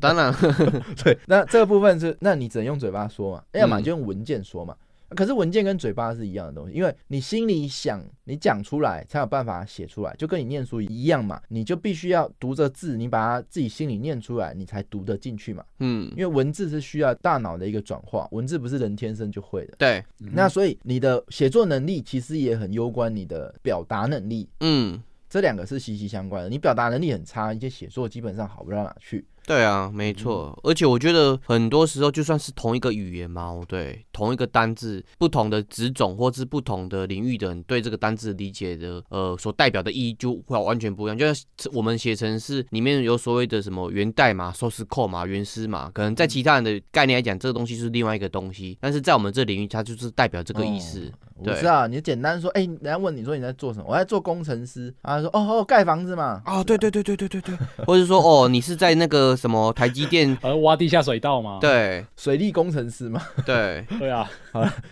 S5: 当然，
S4: 对， 那这个部分是，那你只能用嘴巴说嘛，哎要么
S5: 嗯
S4: 就用文件说嘛。可是文件跟嘴巴是一样的东西，因为你心里想，你讲出来才有办法写出来，就跟你念书一样嘛。你就必须要读着字，你把它自己心里念出来，你才读得进去嘛。
S5: 嗯
S4: 因，为文字是需要大脑的一个转化，文字不是人天生就会的。
S5: 对，
S2: 嗯，
S4: 那所以你的写作能力其实也很攸关你的表达能力，
S5: 嗯，
S4: 这两个是息息相关的。你表达能力很差，你些写作基本上好不到哪去。
S5: 对啊，
S4: 嗯
S5: 没错。而且我觉得很多时候，就算是同一个语言嘛，哦对，同一个单字，不同的职种或是不同的领域的人对这个单字理解的呃所代表的意义就会完全不一样。就像我们写成是里面有所谓的什么元代嘛、收拾扣嘛、原诗嘛，可能
S4: 嗯
S5: 在其他人的概念来讲，这个东西是另外一个东西，但是在我们这领域，它就是代表这个意思。
S4: 哦我
S5: 对
S4: 知道，你简单说，哎、人家问你说你在做什么？我在做工程师啊，说哦哦，盖房子嘛。
S5: 啊，对对对对对对对，或者说哦，你是在那个什么台积 电
S4: 哦
S2: 而挖地下水道嘛，
S5: 对
S4: 水利工程师嘛。
S5: 对，
S2: 对啊，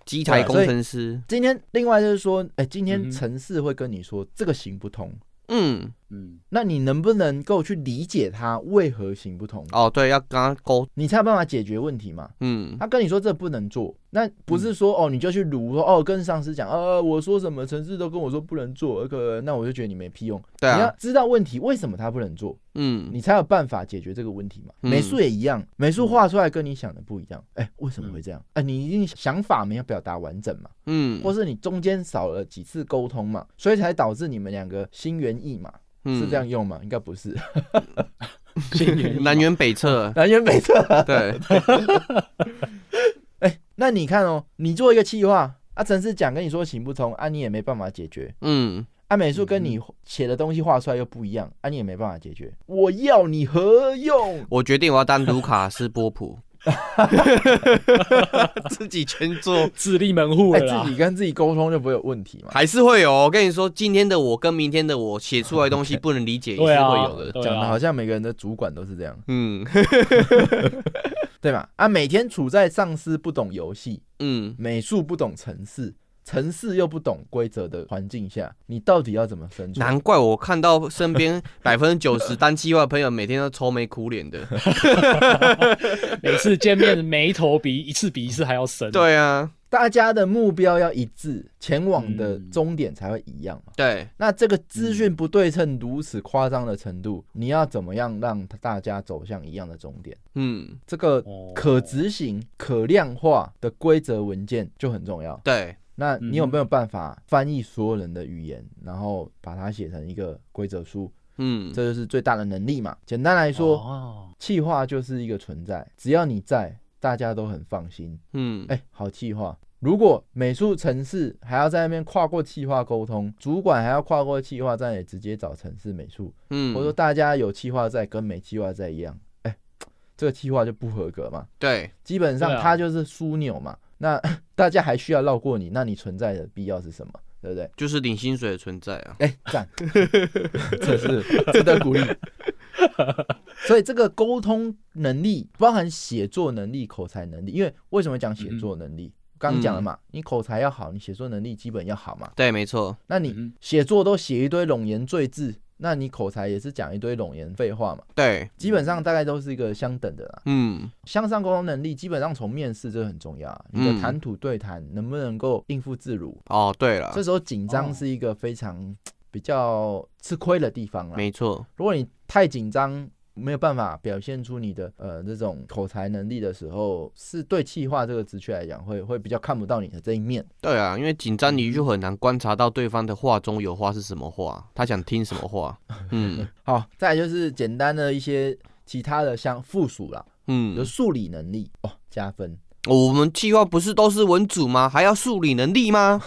S5: 机台工
S4: 所以
S5: 程师，
S4: 今天另外就是说，哎、今
S2: 嗯
S4: 天
S2: 哼
S4: 城市会跟你说这个行不通，
S5: 嗯，
S2: 嗯，
S4: 那你能不能够去理解它为何行不通？
S5: 哦，对，要跟他沟，
S4: 你才有办法解决问题嘛。
S5: 嗯
S4: 他跟你说这不能做，那不是说、哦，你就去撸说哦，跟上司讲，呃，我说什么，城市都跟我说不能做，那个那我就觉得你没屁用。
S5: 对
S4: 你要
S5: 啊，
S4: 知道问题为什么他不能做，
S5: 嗯，
S4: 你才有办法解决这个问题嘛。
S5: 嗯
S4: 美术也一样，美术画出来跟你想的不一样，哎、为什么会这样？哎、你一定想法没有表达完整嘛，
S5: 嗯，
S4: 或是你中间少了几次沟通嘛，所以才导致你们两个心猿意马。
S5: 嗯
S4: 是这样，用吗？应该不是，，
S2: 心猿
S5: 南辕北辙
S4: 南辕北辙。
S5: 对，
S4: 哎、那你看哦，你做一个企划啊，城市讲跟你说行不通啊，你也没办法解决。
S5: 嗯，
S4: 啊，美术跟你写的东西画出来又不一样，啊，你也没办法解决。我要你何用？
S5: 我决定我要当卢卡斯波 普，自己全做。
S2: 自立门户
S4: 哎、
S2: 了啦
S4: 自。己跟自己沟通就不会有问题嘛。
S5: 还是会有哦，我跟你说，今天的我跟明天的我写出来的东西不能理解，也是
S2: 对啊
S5: 会有的。
S2: 对
S4: 讲的
S2: 啊
S4: 好，像每个人的主管都是这样，
S5: 嗯
S4: 对吧？啊，每天处在上司不懂游戏、
S5: 嗯，
S4: 美术不懂城市、城市又不懂规则的环境下，你到底要怎么生存？
S5: 难怪我看到身 边百分之九十单计划的朋友每天都愁眉苦脸的。
S2: 每次见面眉头比一次比一次还要深。，
S5: 对啊，
S4: 大家的目标要一致，前往的终点才会一样嘛。
S5: 对，
S4: 那这个资讯不对称如此夸张的程度，你要怎么样让大家走向一样的终点？
S5: 嗯，
S4: 这个
S2: 哦
S4: 可执行、可量化的规则文件就很重要。
S5: 对，
S4: 那你有
S2: 嗯
S4: 没有办法翻译所有人的语言，然后把它写成一个规则书？
S5: 嗯，
S4: 这就是最大的能力嘛。简单来说，
S2: 哦，
S4: 气化就是一个存在，只要你在，大家都很放心。
S5: 嗯，
S4: 哎，好气化。如果美术城市还要在那边跨过气化沟通，主管还要跨过气化在那里直接找城市美术，
S5: 嗯，
S4: 或者说大家有气化在跟没气化在一样，哎，这个气化就不合格嘛。
S5: 对，
S4: 基本
S2: 对
S4: 上
S2: 啊
S4: 它就是枢纽嘛。那 大家还需要绕过你，那你存在的必要是什么？对不对？
S5: 就是领薪水的存在啊。
S4: 哎， 赞，这是值得鼓励。所以这个沟通能力，包含写作能力、口才能力。因为为什么讲写
S2: 嗯
S4: 作能力？刚讲了嘛，你口才要好，你写作能力基本要好嘛。
S5: 对，没错，
S4: 那
S2: 嗯
S4: 你写作都写一堆冗言赘字，那你口才也是讲一堆冗言废话嘛。
S5: 对，
S4: 基本上大概都是一个相等的啦。
S5: 嗯，
S4: 向上沟通能力基本上从面试这很重要啊，你
S5: 嗯
S4: 的谈吐对谈能不能够应付自如，
S5: 哦，对了
S4: 这，时候紧张
S2: 哦
S4: 是一个非常比较吃亏的地方啦。
S5: 没错，
S4: 如果你太紧张，没有办法表现出你的呃这种口才能力的时候，是对气化这个职缺来讲会会比较看不到你的这一面。
S5: 对啊，因为紧张你就很难观察到对方的话中有话是什么话，他想听什么 话。嗯
S4: 好，再来就是简单的一些其他的像附属啦，比
S5: 嗯，
S4: 如
S5: 哦
S4: 数理能力哦加分，
S5: 我们计划不是都是文组吗？还要数理能力吗？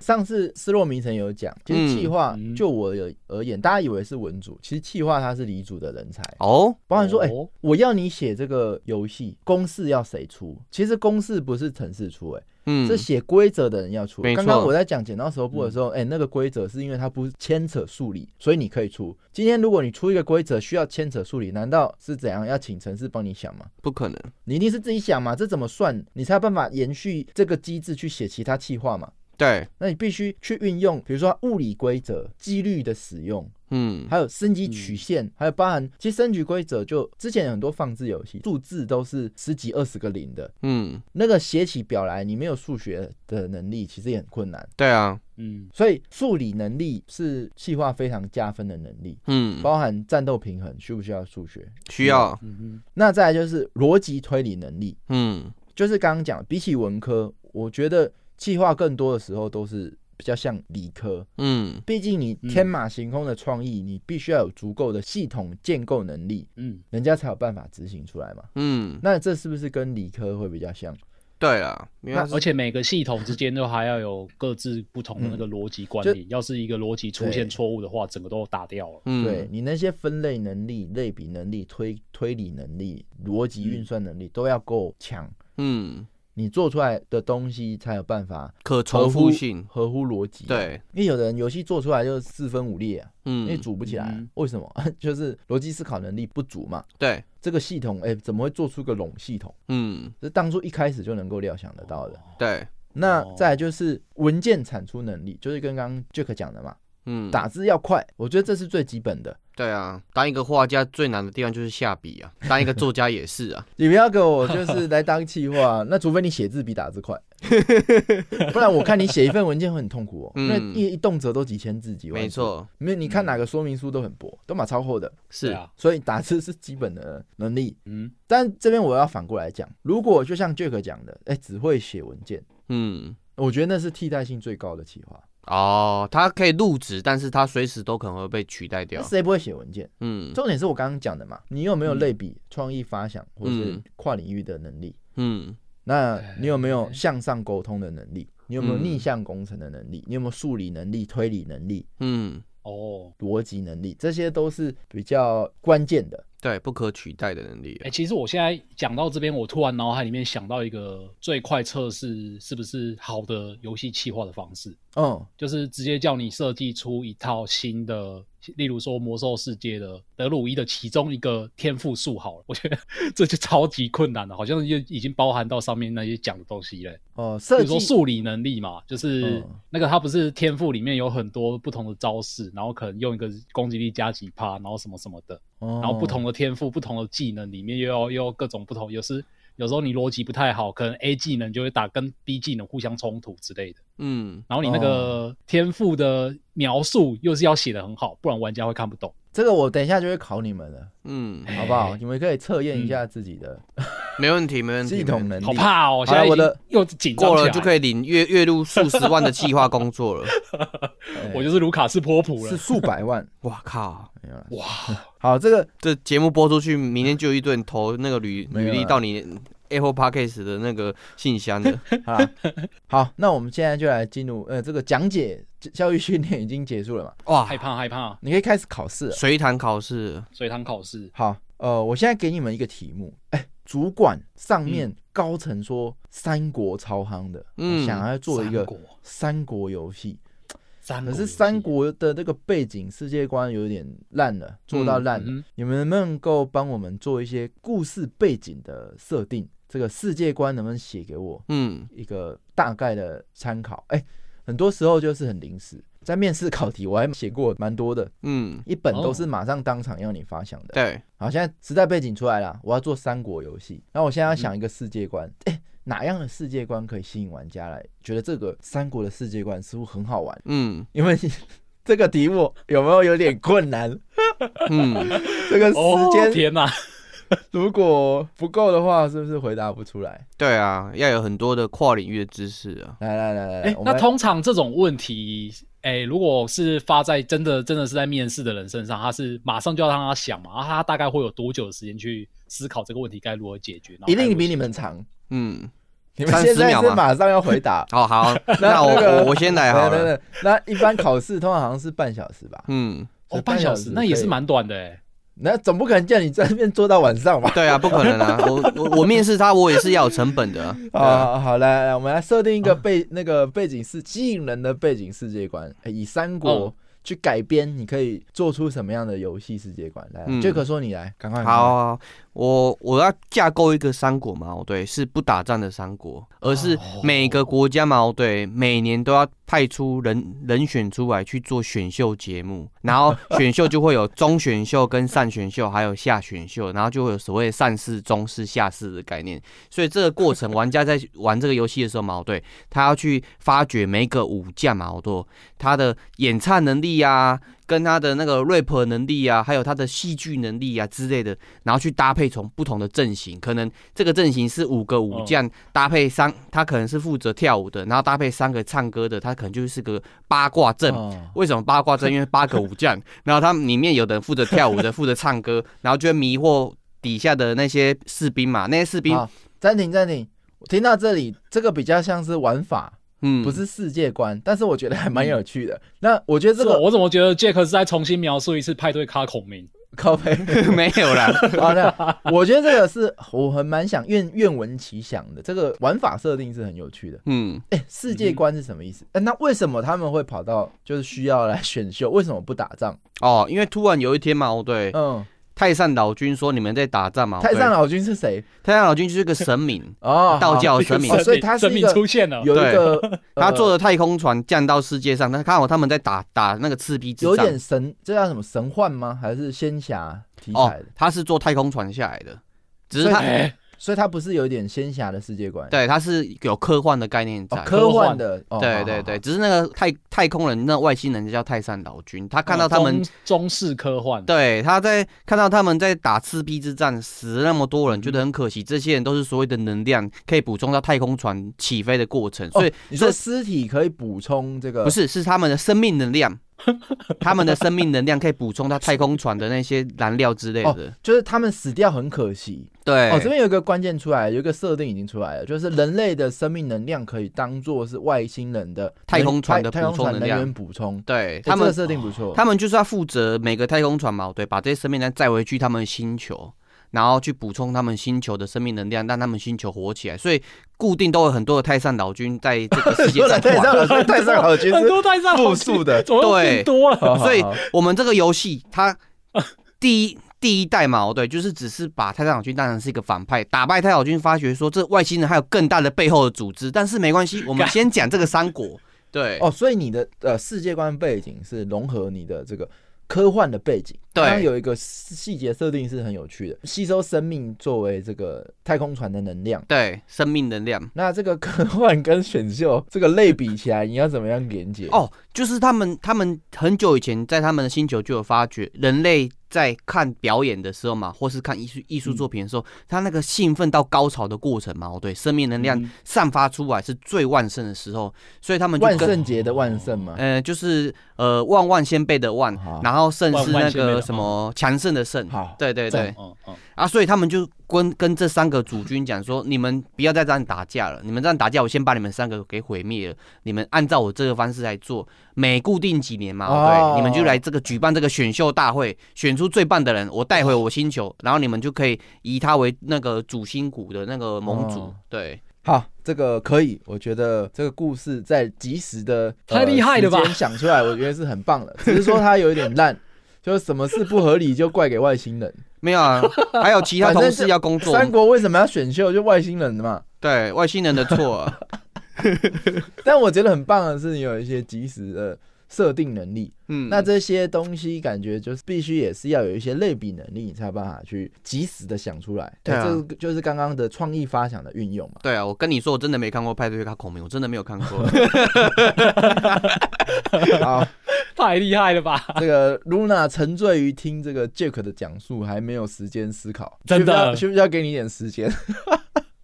S4: 上次斯洛迷城有讲，其
S5: 嗯
S4: 实气化
S2: 嗯
S4: 就我有而言，大家以为是文组，其实气化他是理组的人才。
S5: 哦，
S4: 包含说，哎、
S2: 哦
S4: 我要你写这个游戏公式要谁出？其实公式不是城市出、哎、
S5: 嗯
S4: 是，写规则的人要出。
S5: 没错嗯
S4: 刚刚我在讲剪刀石头布的时候，哎、那个规则是因为它不牵扯数理，所以你可以出。今天如果你出一个规则需要牵扯数理，难道是怎样要请城市帮你想吗？
S5: 不可能。
S4: 你一定是自己想嘛，这怎么算？你才有办法延续这个机制去写其他气化嘛。
S5: 对，
S4: 那你必须去运用，比如说物理规则、几率的使用，
S5: 嗯
S4: 还有升级曲线，还有包含其实升级规则就之前有很多放置游戏，数字都是十几二十个零的，
S5: 嗯，
S4: 那个写起表来，你没有数学的能力，其实也很困难。
S5: 对啊，
S2: 嗯，
S4: 所以数理能力是细化非常加分的能力，
S5: 嗯，
S4: 包啊含战斗平衡需不需要数学？
S5: 需要，
S2: 嗯
S4: 那再来就是逻辑推理能力，
S5: 嗯
S4: 就是刚刚讲，比起文科，我觉得计划更多的时候都是比较像理科，
S5: 嗯
S4: 毕竟你天马行空的创意，你必须要有足够的系统建构能力，
S2: 嗯，
S4: 人家才有办法执行出来嘛。
S5: 嗯，
S4: 那这是不是跟理科会比较像？
S5: 对啊，因为它
S2: 而
S5: 是
S2: 且每个系统之间都还要有各自不同的
S4: 嗯
S2: 那个逻辑关联。要是一个逻辑出现错误的话，整个都打掉了。
S5: 嗯
S4: 对你那些分类能力、类比能力、推推理能力、逻辑运算能力都要够强，
S5: 嗯，
S4: 你做出来的东西才有办法
S5: 可
S4: 合
S5: 重
S4: 乎
S5: 复性，
S4: 合乎逻辑。，啊
S5: 对，
S4: 因为有的人游戏做出来就是四分五裂、啊，因为
S5: 嗯，
S4: 组不起来啊、
S2: 嗯
S4: 为什么？ 就是逻辑思考能力不足嘛。
S5: 对，
S4: 这个系统，哎、怎么会做出个拢系统？
S5: 嗯
S4: 这当初一开始就能够料想得到的。
S5: 对，哦
S4: 那再来就是文件产出能力，就是跟刚刚 Jack 讲的嘛，
S5: 嗯，
S4: 打字要快，我觉得这是最基本的。
S5: 对啊，当一个画家最难的地方就是下笔啊，当一个作家也是啊，
S4: 你不要给我就是来当气 话，那除非你写字比打字快， 不然我看你写一份文件会很痛苦哦，
S5: 嗯
S4: 那一一动辄都几千字几万字。
S5: 没，错，嗯
S4: 没有你看哪个说明书都很薄，都蛮超厚的，
S5: 是
S2: 对啊，
S4: 所以打字是基本的能力。
S2: 嗯，
S4: 但这边我要反过来讲，如果就像 Jack 讲的，哎、只会写文件，
S5: 嗯，
S4: 我觉得那是替代性最高的企划。
S5: 哦，他可以入职，但是他随时都可能会被取代
S4: 那
S5: 掉，
S4: 谁不会写文件？
S5: 嗯
S4: 重点是我刚刚讲的嘛，你有没
S2: 嗯
S4: 有类比、创、意发想或是
S5: 嗯
S4: 跨领域的能力？
S5: 嗯
S4: 那你有没有
S2: 哎
S4: 向上沟通的能力？你有没有
S5: 嗯
S4: 逆向工程的能力？你有没有数理能力、推理能力、
S5: 嗯，
S2: 哦，
S4: 逻辑能力？这些都是比较关键的。
S5: 对，不可取代的能力
S2: 哎、
S5: 啊，
S2: 其实我现在讲到这边，我突然脑海里面想到一个最快测试是不是好的游戏企划的方式，
S4: 嗯，
S2: 就是直接叫你设计出一套新的，例如说魔兽世界的德鲁伊的其中一个天赋树好了，我 觉得这就超级困难了，好像就已经包含到上面那些讲的东西嘞。
S4: 哦、
S2: 比
S4: 设
S2: 如说
S4: 计
S2: 数理能力嘛，就是
S4: 嗯
S2: 那个他不是天赋里面有很多不同的招式，然后可能用一个攻击力加几趴，然后什么什么的，
S4: 然
S2: 然后不同的天赋、不同的技能里面又要又有各种不同，有时有时候你逻辑不太好，可能 A 技能就会打跟 B 技能互相冲突之类的，
S5: 嗯
S2: 然后你那
S4: 哦
S2: 个天赋的描述又是要写的很好，不然玩家会看不懂。
S4: 这个我等一下就会考你们了，
S5: 嗯，
S2: 哎
S4: 好不好？你们可以测验一下自己的
S5: 没问题，没问题，
S4: 系统能力。
S2: 嗯好怕哦！现在
S4: 好了我
S2: 已经
S4: 的
S2: 又紧张
S5: 过
S2: 起
S5: 了
S2: 来
S5: 就可以领月月入数十万的企划工作 了，
S4: 哎
S2: 我就是卢卡斯波普
S4: 是
S2: 了。
S4: 数百万。
S5: 哇靠！
S4: 没有啦
S2: 哇，
S4: 好，这个
S5: 这节目播出去，明天就有一顿投那个履
S4: 没有
S5: 履
S4: 啊
S5: 历到你 Apple Podcast 的那个信箱 的。
S4: 好啦好，那我们现在就来进入呃，这个讲解教育训练已经结束了嘛？
S5: 哇
S2: 害，怕害怕，
S4: 你可以开始考试了。
S5: 随堂考试，
S2: 随堂考试。
S4: 好，呃，我现在给你们一个题目，哎、主管上面高层说三国超夯的，
S5: 嗯
S4: 想要做一
S2: 三
S4: 个
S2: 国
S4: 三国游戏，
S2: 三
S4: 可
S2: 国
S4: 是
S2: 游戏
S4: 三国的这个背景世界观有点烂了，做到烂了。
S2: 嗯嗯
S4: 你们能不能够帮我们做一些故事背景的设定？这个世界观能不能写给我？
S5: 嗯
S4: 一个大概的参考。哎、很多时候就是很临时，在面试考题我还写过蛮多的，
S5: 嗯，
S4: 一本都是马上当场要你发想
S2: 哦
S4: 的。
S5: 对，
S4: 好，现在时代背景出来了，我要做三国游戏，那我现在要想一个世界观，
S2: 嗯
S4: 哎、哪样的世界观可以吸引玩家来？觉得这个三国的世界观似乎很好玩，
S5: 嗯
S4: 因为 这个题目有没有有点 困难？
S5: 嗯，
S4: 这个
S2: 哦
S4: 时间
S2: 天哪，
S4: 如果不够的话，是不是回答不出来？
S5: 对啊，要有很多的跨领域的知识啊。
S4: 来来来来来，
S2: 哎
S4: 我，们
S2: 那
S4: 来
S2: 通常这种问题，哎，如果是发在真的真的是在面试的人身上，他是马上就要让他想嘛，然后他大概会有多久的时间去思考这个问题该如何解决？然后
S4: 一定
S2: 该如何
S4: 比你们长，
S5: 嗯，
S4: 你们
S5: 30
S4: 现在
S5: 秒
S4: 是
S5: 吗
S4: 马上要回答。
S5: 好好，
S4: 那
S5: 那我
S4: 那个
S5: 我我先来好
S4: 对
S5: 了。
S4: 对对，那一般考试通常好像是半小时吧？
S5: 嗯，
S2: 哦
S4: 所以
S2: 半小时，那也是
S4: 可以。
S2: 蛮短的哎。
S4: 那总不可能叫你在那边坐到晚上吧？
S5: 对啊，不可能啊，我我我面试他，我也是要有成本的啊。对啊
S4: 啊，好，来来，我们来设定一个背那个背景是吸引人的背景世界观，哎以三国
S5: 哦
S2: 嗯
S4: 去改编，你可以做出什么样的游戏世界观？来
S5: 嗯，
S4: 杰克说你来，赶快。
S5: 好，好好我我要架构一个三国嘛，哦对，是不打仗的三国，而是每个国家嘛，哦对，每年都要派出人人选出来去做选秀节目，然后选秀就会有中选秀、跟上选秀，还有下选秀，然后就会有所谓上市、中市、下市的概念。所以这个过程，玩家在玩这个游戏的时候嘛，哦对，他要去发掘每个武将嘛，哦对，他的演唱能力啊，跟他的那个 rap 能力啊，还有他的戏剧能力啊之类的，然后去搭配从不同的阵型，可能这个阵型是五个武将
S4: 哦
S5: 搭配三，他可能是负责跳舞的，然后搭配三个唱歌的，他可能就是个八卦阵。
S4: 哦
S5: 为什么八卦阵？ 因为八个武将，然后他们里面有的人负责跳舞的，负责唱歌，然后就会迷惑底下的那些士兵嘛，那些士兵
S4: 好，暂停暂停，我听到这里，这个比较像是玩法，
S5: 嗯
S4: 不是世界观，但是我觉得还蛮有趣的。那我觉得这
S2: 这个
S4: 个
S2: 我怎么觉得杰克是在重新描述一次派对咖孔明？
S4: 靠背。
S5: 没有啦，
S4: 啊，那我觉得这个是我很蛮想愿愿闻其详的，这个玩法设定是很有趣的。
S5: 嗯
S4: 哎、世界观是什么意思？哎、那为什么他们会跑到就是需要来选秀？为什么不打仗？
S5: 哦，因为突然有一天嘛，哦对，
S4: 嗯，
S5: 太上老君说你们在打战嘛？
S4: 太上
S5: 对
S4: 老君是谁？，
S5: 太上老君就是个神明
S4: 哦，
S5: 道 教
S2: 一个
S5: 神明
S4: 哦。所以它是
S2: 神
S4: 一
S2: 明
S4: 个
S2: 出现了
S4: 好。有一个，呃
S5: 他坐的太空船降到世界上，他看好他们在打打那个赤壁之
S4: 有
S5: 战
S4: 点。神，这叫什么神幻吗？还是仙侠题
S5: 哦
S4: 材的？，
S5: 他是坐太空船下来的，只是
S4: 所以
S5: 他
S2: 哎，
S4: 所以它不是有点仙侠的世界观？
S5: 对他是有科幻的概念在
S4: 哦，。
S2: 科
S4: 科
S2: 幻
S4: 幻的，哦
S5: 对对对，，只是那个太太空人，那外星人叫太上老君，他看到他们
S2: 中中式科幻，
S5: 对，他在看到他们在打赤壁之战，死了那么多人，觉得很可惜。这些人都是所谓的能量，可以补充到太空船起飞的过程，
S4: 好好好
S5: 所以、
S4: 哦你说
S5: 这
S4: 尸体可以补充这个？
S5: 不是是他们的生命能 量，他们的生命能量可以补充到太空船的那些燃料之类的。
S4: 哦就是他们死掉很可惜。
S5: 对，
S4: 哦，这边有一个关键出来，有一个设定已经出来了，就是人类的生命能量可以当做是外星人的
S5: 太空船的
S4: 太太空
S5: 补充
S4: 船
S5: 能
S4: 能
S5: 量
S4: 源补充。
S5: 对
S4: 他
S5: 他
S4: 们
S5: 们
S4: 的设定不错，
S5: 他们就是要负责每个太空船嘛，对，把这些生命能量载回去他们星球，然后去补充他们星球的生命能量，让他们星球活起来。所以固定都有很多的太上老君在这个 世界
S4: 说
S5: 上
S4: 的太上老君，太上老 君
S2: 很
S4: 是
S2: 多太上老
S4: 复
S2: 君
S4: 数的，
S2: 怎么又
S5: 对哦
S2: 变多了？
S4: 好好好
S5: 所以我们这个游戏它第一第一代嘛，哦对，就是只是把太上老君当成是一个反派，打败太上老君，发觉说这外星人还有更大的背后的组织，但是没关系，我们先讲这个三国。对，
S4: 哦，所以你的呃世界观背景是融合你的这个科幻的背景。
S5: 对
S4: 刚刚有一个细节设定是很有趣的，吸收生命作为这个太空船的能量。
S5: 对，生命能量
S4: 那这个科幻跟选秀这个类比起来，你要怎么样连接？，
S5: 哦，就是他们他们很久以前在他们的星球就有发觉，人类在看表演的时候嘛，或是看艺术艺术作品的时候，他那个兴奋到高潮的过程嘛，哦对，生命能量
S2: 嗯
S5: 散发出来是最旺盛的时候，所以他们就
S4: 万
S5: 跟
S4: 圣节的万圣嘛，
S5: 呃，就是呃万万先辈的万
S4: 好，
S5: 然后胜
S2: 万
S5: 是
S2: 万
S5: 那
S2: 先辈的
S5: 个什么强盛的盛
S4: 好，
S5: 对对对
S2: 嗯嗯，
S5: 啊，所以他们就跟跟这三个主君讲说，你们不要再这样打架了，你们这样打架，我先把你们三个给毁灭了，你们按照我这个方式来做，每固定几年嘛，
S4: 哦
S5: 对，你们就来这个举办这个选秀大会，选出最棒的人，我带回我星球，然后你们就可以以他为那个主心骨的那个盟主
S4: 哦，
S5: 对。
S4: 好，这个可以，我觉得这个故事在及时的、呃
S2: 太厉害了吧
S4: 时间想出来，我觉得是很棒 的，只是说它有一点烂，就是什么事不合理就怪给外星人。
S5: 没有啊，还有其他
S4: 反正
S5: 同
S4: 就
S5: 事要工作，
S4: 三国为什么要选秀？就外星人的嘛。
S5: 对外星人的错啊、
S4: 但我觉得很棒的是，你有一些及时的设定能力。
S5: 嗯，
S4: 那这些东西感觉就是必须也是要有一些类比能力，你才有办法去及时的想出来。
S5: 对啊
S4: 这个就是刚刚的创意发想的运用嘛。
S5: 对啊，我跟你说，我真的没看过《派对咖孔明》，我真的没有看 过。
S4: 好，
S2: 太厉害了吧！
S4: 这个 Luna 沉醉于听这个 Jack 的讲述，还没有时间思考，
S2: 真的
S4: 需不需要需不需要给你一点时间？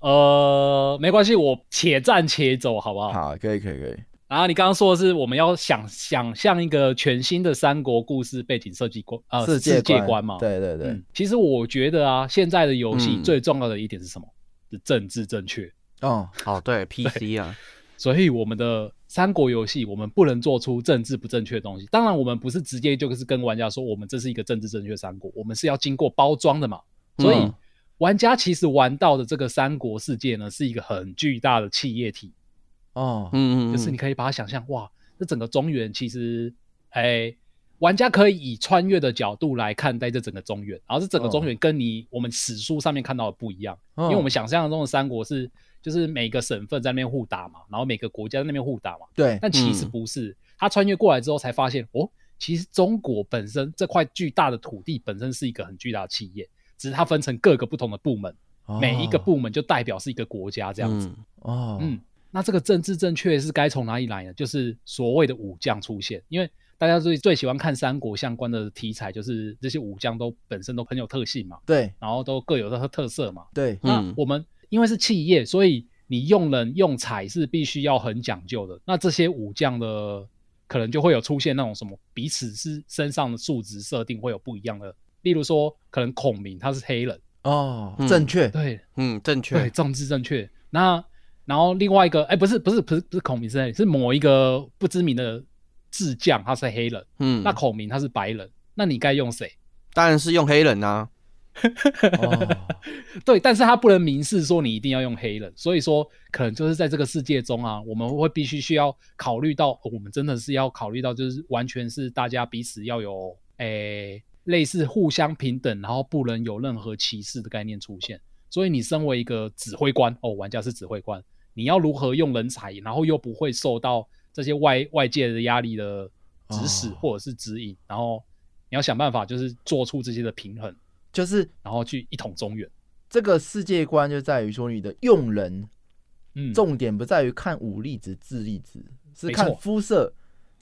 S2: 呃，没关系，我且战且走，好不好？
S4: 好，可以，可以，可以。
S2: 然后你刚刚说的是我们要想想象一个全新的三国故事背景设计观，呃，世
S4: 界
S2: 界
S4: 观
S2: 嘛。
S4: 对对对
S2: 嗯，，其实我觉得啊，现在的游戏
S5: 嗯
S2: 最重要的一点是什么？是政治正确。
S4: 哦，
S5: 哦，对，PC 啊，
S2: 所以我们的三国游戏，我们不能做出政治不正确的东西。当然，我们不是直接就是跟玩家说我们这是一个政治正确三国，我们是要经过包装的嘛。所以
S5: 嗯
S2: 玩家其实玩到的这个三国世界呢，是一个很巨大的企业体，
S4: 哦，
S5: 嗯嗯，嗯
S2: 就是你可以把它想象，哇，这整个中原其实，哎。玩家可以以穿越的角度来看待这整个中原，然后这整个中原跟你我们史书上面看到的不一样。
S4: 因
S2: 因为我们想象中的三国是就是每个省份在那边互打嘛，然后每个国家在那边互打嘛，
S4: 对
S2: 但其实
S5: 嗯
S2: 不是。他穿越过来之后才发现，哦，其实中国本身这块巨大的土地本身是一个很巨大的企业，只是它分成各个不同的部门，每一个部门就代表是一个国家这样子。
S5: 嗯
S4: 哦，
S2: 嗯，那这个政治正确是该从哪里来呢？就是所谓的武将出现，因为大家最最喜欢看三国相关的题材，就是这些武将都本身都很有特性嘛，
S4: 对
S2: 然后都各有它的特色嘛。
S4: 对，
S2: 那
S5: 嗯
S2: 我们因为是企业，所以你用人用材是必须要很讲究的。那这些武将的可能就会有出现那种什么彼此是身上的数值设定会有不一样的，例如说可能孔明他是黑人，
S4: 哦，
S5: 嗯
S4: 正确，
S2: 对
S5: 嗯，正
S2: 对，
S5: 确，
S2: 政治正确。那然后另外一个，哎，不是不是不是不是孔明是黑人，是某一个不知名的智将他是黑人，
S5: 嗯，
S2: 那孔明他是白人，那你该用谁？
S5: 当然是用黑人啊，
S4: 哦，
S2: 对，但是他不能明示说你一定要用黑人，所以说可能就是在这个世界中啊，我们会必须需要哦考虑到，我们真的是要考虑到，就是完全是大家彼此要有诶、类似互相平等，然后不能有任何歧视的概念出现。所以你身为一个指挥官，哦，玩家是指挥官，你要如何用人才，然后又不会受到这些外外界的压力的指使
S4: 哦
S2: 或者是指引，然后你要想办法就是做出这些的平衡，
S4: 就是
S2: 然后去一统中原。
S4: 这个世界观就在于说你的用人
S2: 嗯，
S4: 重点不在于看武力值、智力值，是
S2: 没
S4: 看
S2: 错嗯
S4: 肤色，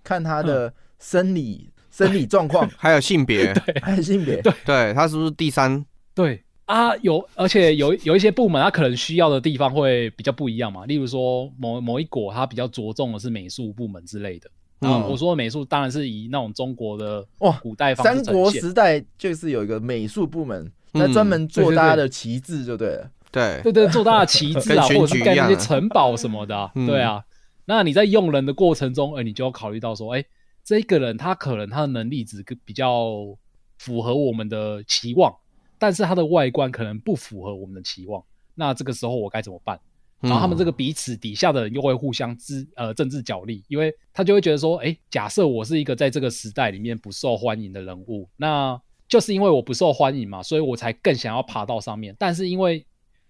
S4: 看他的生理、生理 状况
S5: 还有性别，
S4: 还有性别。
S5: 对他是不是第三？
S2: 对啊，有，而且有有一些部门，它可能需要的地方会比较不一样嘛。例如说某某一国，它比较着重的是美术部门之类的。
S5: 嗯
S2: 啊，我说的美术当然是以那种中国的
S4: 哇
S2: 古代方式
S4: 三
S2: 呈
S4: 国
S2: 现
S4: 时代就是有一个美术部门，那
S5: 嗯
S4: 专门做
S2: 对对
S4: 大家
S2: 对
S4: 的旗帜，就对了。
S5: 对，
S2: 对对，做大的旗帜
S5: 跟
S2: 啊，
S5: 选
S2: 或者
S5: 举
S2: 是
S5: 一
S2: 盖那
S5: 样
S2: 些
S5: 啊
S2: 城堡什么的啊、
S5: 嗯
S2: 对啊。那你在用人的过程中，哎、你就要考虑到说，哎、这个人他可能他的能力值比较符合我们的期望，但是他的外观可能不符合我们的期望。那这个时候我该怎么办？然后他
S4: 嗯
S2: 们这
S5: 个
S2: 个彼此底下的人又会互相之呃政治角力，因为他就会觉得说，哎，假设我是一个在这个时代里面不受欢迎的人物，那就是因为我不受欢迎嘛，所以我才更想要爬到上面。但是因为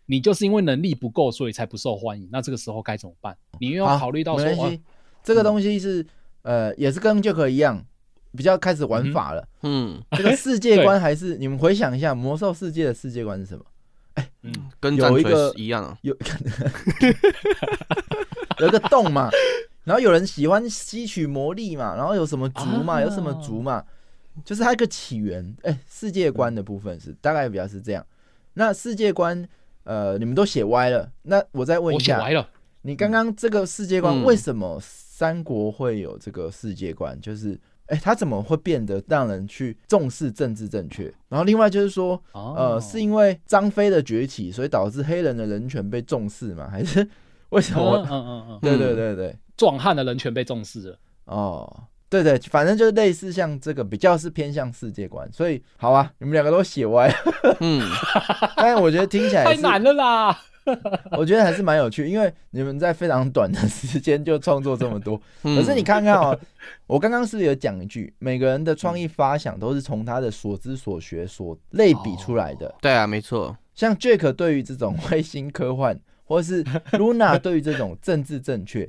S2: 你就是因为能力不够，所以才不受欢迎，那这个时候该怎么办？你又要
S4: 好
S2: 考虑到说，
S4: 没关
S2: 哦
S4: 系，这个东西是呃，也是跟 Jack 一样，比较开始玩法了。
S5: 嗯，
S4: 这个世界观还是你们回想一下，魔兽世界的世界观 是什么？
S2: 嗯，
S5: 跟战
S4: 有一
S5: 锤
S4: 个
S5: 是一样啊。
S4: 有有一个洞嘛，然后有人喜欢吸取魔力嘛，然后有什么族嘛，
S2: 啊
S4: 有什么族嘛，就是它一个起源，哎、世界观的部分是大概比较是这样。那世界观，呃，你们都写歪了，那我再问一
S2: 我写
S4: 下，
S2: 歪了，
S4: 你刚刚这个世界观
S5: 嗯
S4: 为什么三国会有这个世界观？就是，哎，它怎么会变得让人去重视政治正确？然后另外就是说，
S2: 哦
S4: 呃，是因为张飞的崛起，所以导致黑人的人权被重视吗？ 还是为什
S2: 嗯嗯
S4: 么？
S2: 嗯嗯，
S4: 对对对对，
S2: 壮汉的人权被重视了，
S4: 哦。对对，反正就类似像这个比较是偏向世界观，所以好啊，你们两个都写歪，
S5: 嗯，
S4: 但是我觉得听起来
S2: 太
S4: 是
S2: 难了啦。
S4: 我觉得还是蛮有趣，因为你们在非常短的时间就创作这么多，
S5: 可
S4: 可是你看看哦，我刚刚是不是有讲一句，每个人的创意发想都是从他的所知所学所类比出来的。
S5: 对啊，没错，
S4: 像 Jack 对于这种卫星科幻，或是 Luna 对于这种政治正确，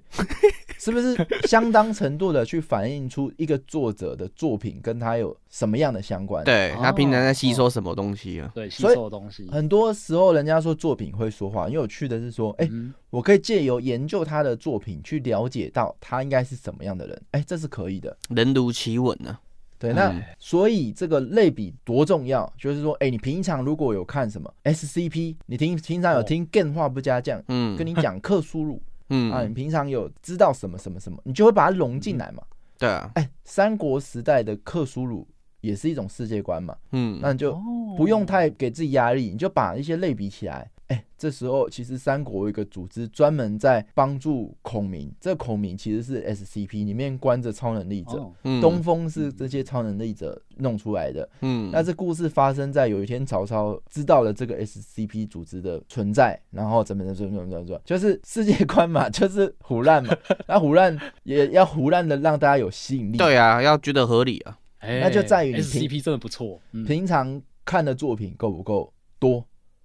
S4: 是不是相当程度的去反映出一个作者的作品跟他有什么样的相关？，
S5: 对他平常
S2: 哦
S5: 在吸收什么东西啊？
S2: 对，吸
S4: 所以
S2: 收的东西，
S4: 很多时候人家说作品会说话，因为有趣的是说，哎、
S2: 嗯
S4: 我可以借由研究他的作品去了解到他应该是什么样的人，哎、这是可以的。
S5: 人如其吻呢。
S4: 对，那
S5: 哎
S4: 所以这个类比多重要，就是说，哎，你平常如果有看什么 SCP，你听平常有
S2: 哦
S4: 听《更话不加酱》
S5: 嗯，
S4: 跟你讲克苏鲁啊，你
S5: 嗯，
S4: 平常有知道什么什么什么，你就会把它融进来嘛。
S5: 对啊，
S4: 哎，三国时代的克苏鲁也是一种世界观嘛，
S5: 嗯，
S4: 那
S2: 哦
S4: 你就不用太给自己压力，你就把一些类比起来。哎，这时候其实三国有一个组织专门在帮助孔明，这孔明其实是 SCP 里面关着超能力者。
S2: 哦
S5: 嗯
S4: 东，风是这些超能力者弄出来的。
S5: 嗯，
S4: 那这故事发生在有一天曹操知道了这个 SCP 组织的存在，然后怎么怎么怎么怎么怎么，就是世界观嘛， 就是胡乱嘛。那胡乱也要胡乱的让大家有吸引力。
S5: 对啊，要觉得合理啊。
S2: 哎
S4: 那就在于你平
S2: SCP 真的不错，嗯
S4: 平常看的作品够不够多，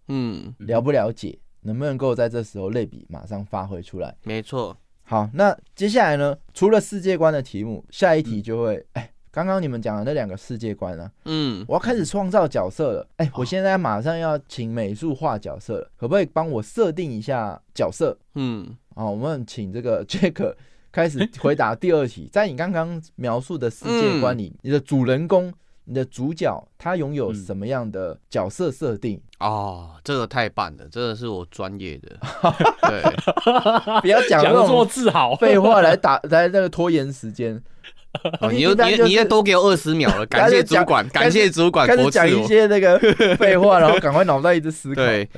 S5: 嗯，
S4: 了不了解，能不能够在这时候类比马上发挥出来？
S5: 没错，
S4: 好，那接下来呢？除了世界观的题目，下一题就会，哎、刚刚你们讲的那两个世界观啊，
S5: 嗯，
S4: 我要开始创造角色了。
S2: 哦
S4: 哎、我现在马上要请美术画角色了，可不可以帮我设定一下角色？
S5: 嗯，
S4: 啊，我们请这个 Jack 开始回答第二题。在你刚刚描述的世界观
S2: 嗯
S4: 里，你的主人公、你的主角，他拥有什么样的角色设定？
S5: 哦，这个太棒了，这个是我专业 的。对，
S4: 不要讲
S2: 嗯讲
S4: 那
S2: 的这么
S4: 种
S2: 自豪，
S4: 废话来打 来那个拖延时间，
S5: 哦你
S4: 一
S5: 又
S4: 般
S5: 你
S4: 就是
S5: 你再多给我二十秒了，
S4: 开
S5: 感
S4: 始
S5: 谢主
S4: 讲
S5: 管，
S4: 开
S5: 感
S4: 始
S5: 谢主
S2: 啊
S5: 管
S4: 开
S5: 驳
S4: 始
S5: 斥
S4: 讲一
S5: 我。
S4: 些那个
S2: 哦
S4: 废话，然后赶快脑袋一 直思考。 嗯
S5: 对，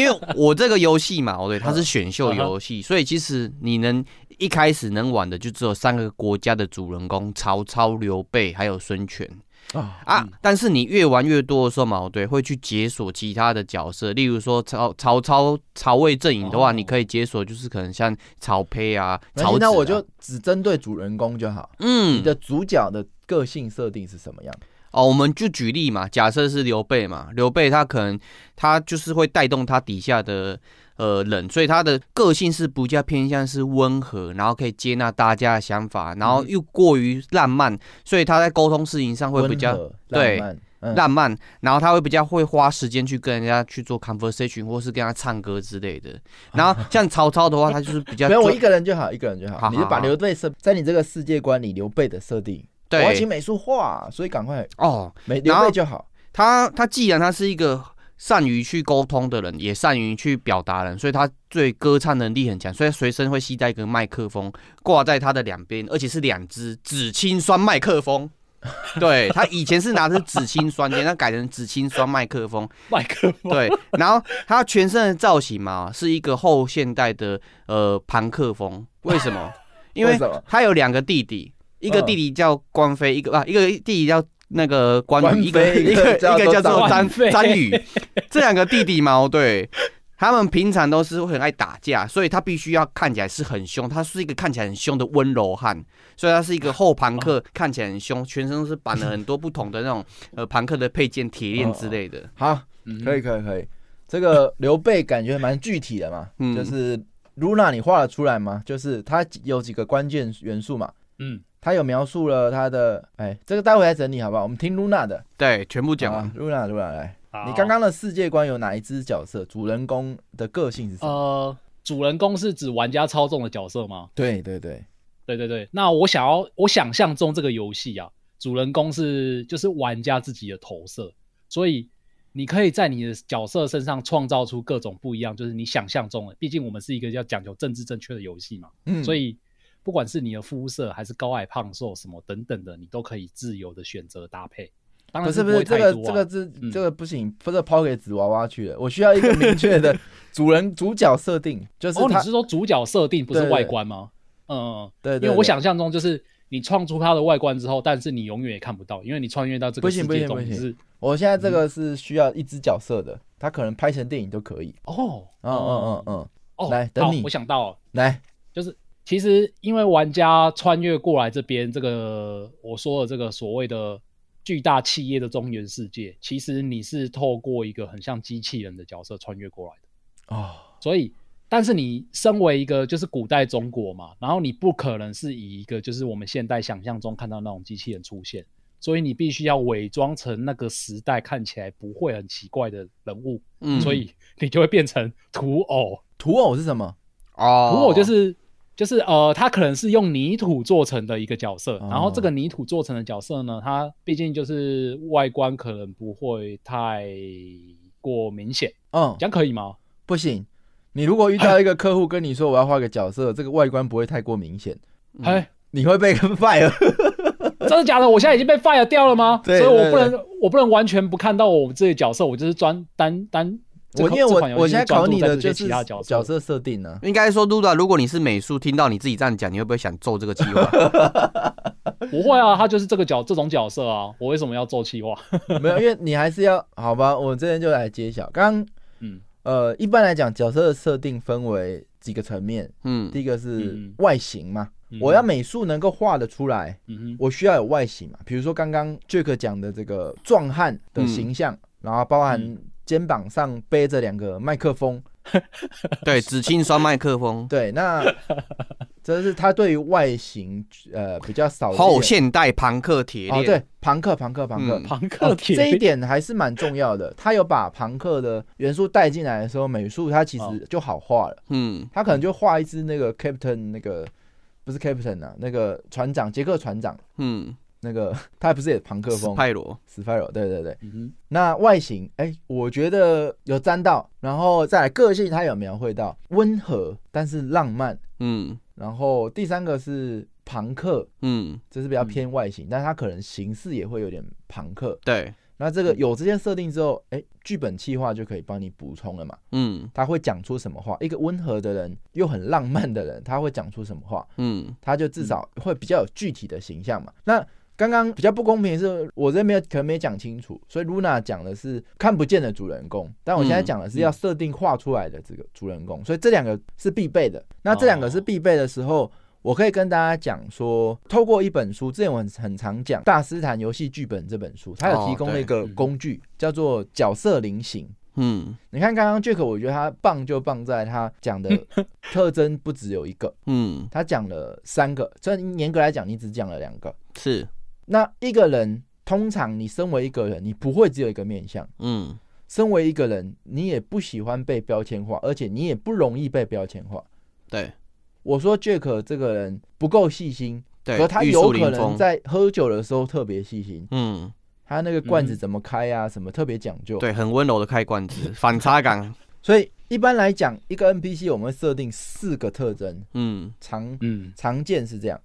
S5: 因为我这个游戏嘛，哦对，它是选秀游戏，所以其实你能一开始能玩的就只有三个国家的主人公：曹操、刘备还有孙权。
S4: 啊，
S5: 啊，但是你越玩越多的时候嘛，哦对，会去解锁其他的角色，例如说曹曹操曹魏阵营的话，
S2: 哦
S5: 你可以解锁就是可能像曹丕啊、
S4: 没关
S5: 曹
S4: 系
S5: 植、
S4: 那我就只针对主人公就好。你
S5: 嗯
S4: 的主角的个性设定是什么样？
S5: 哦，我们就举例嘛，假设是刘备嘛，刘备他可能他就是会带动他底下的呃人，所以他的个性是比较偏向是温和，然后可以接纳大家的想法，然
S4: 嗯
S5: 后又过于浪漫，所以他在沟通事情上会比较
S4: 温和
S5: 对
S4: 浪漫，嗯
S5: 浪漫，然后他会比较会花时间去跟人家去做 conversation，或是跟他唱歌之类的。然 后像曹操的话，他就是比较
S4: 没有，我一
S5: 专
S4: 个人就好，一个人就好。
S5: 好
S4: 你是
S5: 好
S4: 把
S5: 好
S4: 刘备设在你这个世界观里，刘备的设定，我要请
S5: 对
S4: 美术画，所以赶快
S5: 哦，
S4: 美刘
S5: 然后
S4: 备就好。
S5: 他他既然他是一个善于去沟通的人，也善于去表达人，所以他对歌唱能力很强，所以随身会携带一个麦克风挂在他的两边，而且是两只紫青酸麦克风。对他以前是拿着紫青酸，现在改成紫青酸麦克风，
S2: 麦克风，
S5: 对，然后他全身的造型嘛，是一个后现代的呃朋克风。为什么？因为
S4: 什么？
S5: 他有两个弟弟，一个
S4: 嗯
S5: 弟弟叫关飞，一个啊，一个弟弟叫那个关
S4: 关
S5: 羽，一个
S4: 飞
S5: 一
S4: 一个
S5: 个
S4: 叫
S5: 一个
S4: 做
S5: 叫做
S2: 张
S5: 张
S2: 飞
S5: 张 宇，这两个弟弟嘛，哦对。他们平常都是会很爱打架，所以他必须要看起来是很凶，他是一个看起来很凶的温柔汉，所以他是一个后朋
S4: 哦
S5: 克，看起来很凶，全身都是绑了很多不同的那种呃朋克的配件、铁链之类的。
S4: 好，
S2: 嗯
S4: 可以，可以，可以。这个刘备感觉蛮具体的嘛，
S5: 嗯
S4: 就是露娜，你画得出来吗？就是他有几个关键元素嘛，
S2: 嗯，
S4: 他有描述了他的，哎，这个待会来整理好不好？我们听露娜的，
S5: 对，全部讲完
S4: 啊。露娜，露娜来，
S2: 好
S4: 你刚刚的世界观有哪一只角色？主人公的个性是什么？
S2: 呃，主人公是指玩家操纵的角色吗？
S4: 对对对，
S2: 对对对，那我想要，我想象中这个游戏啊，主人公是就是玩家自己的投射，所以你可以在你的角色身上创造出各种不一样，就是你想象中的。毕竟我们是一个要讲求政治正确的游戏嘛，
S4: 嗯
S2: 所以不管是你的肤色还是高矮胖瘦什么等等的，你都可以自由的选择搭配。当
S4: 不
S2: 然
S4: 是不
S2: 不
S4: 是
S2: 会
S4: 这
S2: 太
S4: 个
S2: 多
S4: 这
S2: 啊
S4: 个这
S2: 嗯
S4: 这个不行，不是抛给纸娃娃去了。我需要一个明确 的主人主角设定，就是
S2: 哦，你
S4: 他
S2: 是说主角设定不
S4: 对
S2: 是
S4: 对
S2: 外
S4: 对
S2: 观吗？嗯，
S4: 对对
S2: 因为我
S4: 对
S2: 想象中就是你创出它的外观之后，但是你永远也看不到，因为你穿越到这
S4: 不
S2: 个
S4: 行
S2: 世
S4: 不
S2: 界
S4: 行不
S2: 中你
S4: 行
S2: 是
S4: 我现在
S2: 嗯
S4: 这个是需要一只角色的，他可能拍成电影都可以。
S2: 哦，
S4: 嗯嗯嗯嗯，
S2: 哦，
S4: 来
S2: 到
S4: 等你
S2: 我想到了
S4: 来，
S2: 就是。其实，因为玩家穿越过来这边，这个我说的这个所谓的巨大企业的中原世界，其实你是透过一个很像机器人的角色穿越过来的。
S4: 哦，
S2: 所以，但是你身为一个就是古代中国嘛，然后你不可能是以一个就是我们现代想象中看到那种机器人出现，所以你必须要伪装成那个时代看起来不会很奇怪的人物，
S5: 嗯
S2: 所以你就会变成土偶。
S4: 土偶是什么？
S5: 哦，
S2: 土偶就是。就是呃，它可能是用泥土做成的一个角色，
S4: 哦
S2: 然后这个泥土做成的角色呢，它毕竟就是外观可能不会太过明显，
S4: 嗯
S2: 这，样可以吗？
S4: 不行。你如果遇到一个客户跟你说我要画个角色，这个外观不会太过明显，
S5: 嗯
S2: 哎、
S4: 你会被 fire。
S2: 真的假的？我现在已经被 fire 掉了吗？
S4: 对
S2: 所以我不
S4: 对
S2: 能，我不能完全不看到我自己的角色，我就是专单单。这
S4: 我
S2: 款
S4: 因为
S2: 这款游
S4: 我
S2: 戏
S4: 我现在
S2: 专
S4: 考
S2: 注
S4: 你
S2: 在
S4: 的
S2: 这些
S4: 就
S2: 其
S4: 是
S2: 他角
S4: 角色设定啊呢，
S5: 应该说，Luda，如果你是美术，听到你自己这样讲，你会不会想揍这个计划？
S2: 不会啊，他就是这个角这种角色啊，我为什么要做企划？
S4: 没有，因为你还是要好吧。我这边就来揭晓，刚刚
S2: 嗯
S4: 呃，一般来讲，角色的设定分为几个层面。
S5: 嗯
S4: 第一个是
S2: 嗯
S4: 外形嘛，
S2: 嗯
S4: 我要美术能够画得出来，
S2: 嗯哼，
S4: 我需要有外形嘛。比如说刚刚 Jack 讲的这个壮汉的形象，然后包含
S2: 嗯
S4: 肩膀上背着两个麦克风，
S5: 对，紫青双麦克风，
S4: 对， 那这是他对于外形呃比较少的
S5: 后
S4: 一点
S5: 现代朋克铁
S4: 哦，
S5: 链，
S4: 对，庞克，庞克，庞克。
S5: 嗯
S2: 庞克
S4: 哦
S2: 铁
S4: 这一
S2: 链
S4: 点还是蛮重要的，他有把庞克的元素带进来的时候，美术它其
S2: 哦
S4: 实就好画了。
S5: 嗯
S4: 他可能就画一只那个 Captain 那个不是 Captain 啊，那个船长杰克船长
S5: 嗯，
S4: 那个他不是也朋克风
S5: 派罗，
S4: s p i r o 对对对。
S2: 嗯哼，
S4: 那外形哎、我觉得有沾到，然后再来个性他有描绘到温和但是浪漫，
S5: 嗯
S4: 然后第三个是朋克，
S5: 嗯，
S4: 这是比较偏外形，但他可能形式也会有点朋克。
S5: 对，
S4: 那这个有这些设定之后，哎、剧本企划就可以帮你补充了嘛。
S5: 嗯
S4: 他会讲出什么话？一个温和的人又很浪漫的人，他会讲出什么话？
S5: 嗯
S4: 他就至少会比较有具体的形象嘛。那刚刚比较不公平的是，我这边可能没讲清楚，所以 Luna 讲的是看不见的主人公，但我现在讲的是要设定画出来的这个主人公，所以这两个是必备的。那这两个是必备的时候，我可以跟大家讲说，透过一本书，之前我很很常讲《大师谈游戏剧本》这本书，它有提供了一个工具，叫做角色菱形。
S5: 嗯
S4: 你看刚刚 Jack，我觉得他棒就棒在他讲的特征不只有一个，
S5: 嗯，
S4: 他讲了三个，虽然严格来讲你只讲了两个。
S5: 是，
S4: 那一个人通常你身为一个人，你不会只有一个面相。
S5: 嗯
S4: 身为一个人，你也不喜欢被标签化，而且你也不容易被标签化。
S5: 对
S4: 我说 Jack 这个人不够细心，
S5: 对，
S4: 可他
S5: 玉
S4: 有
S5: 树
S4: 可
S5: 临
S4: 能
S5: 风，
S4: 在喝酒的时候特别细心，
S5: 嗯，
S4: 他那个罐
S2: 嗯
S4: 子怎么开啊，什么特别讲究。，
S5: 对，很温柔的开罐 子，反差感，
S4: 所以一般来讲，一个 NPC 我们会设定四个特征，
S5: 嗯
S4: 常
S2: 嗯，
S4: 常见是这样，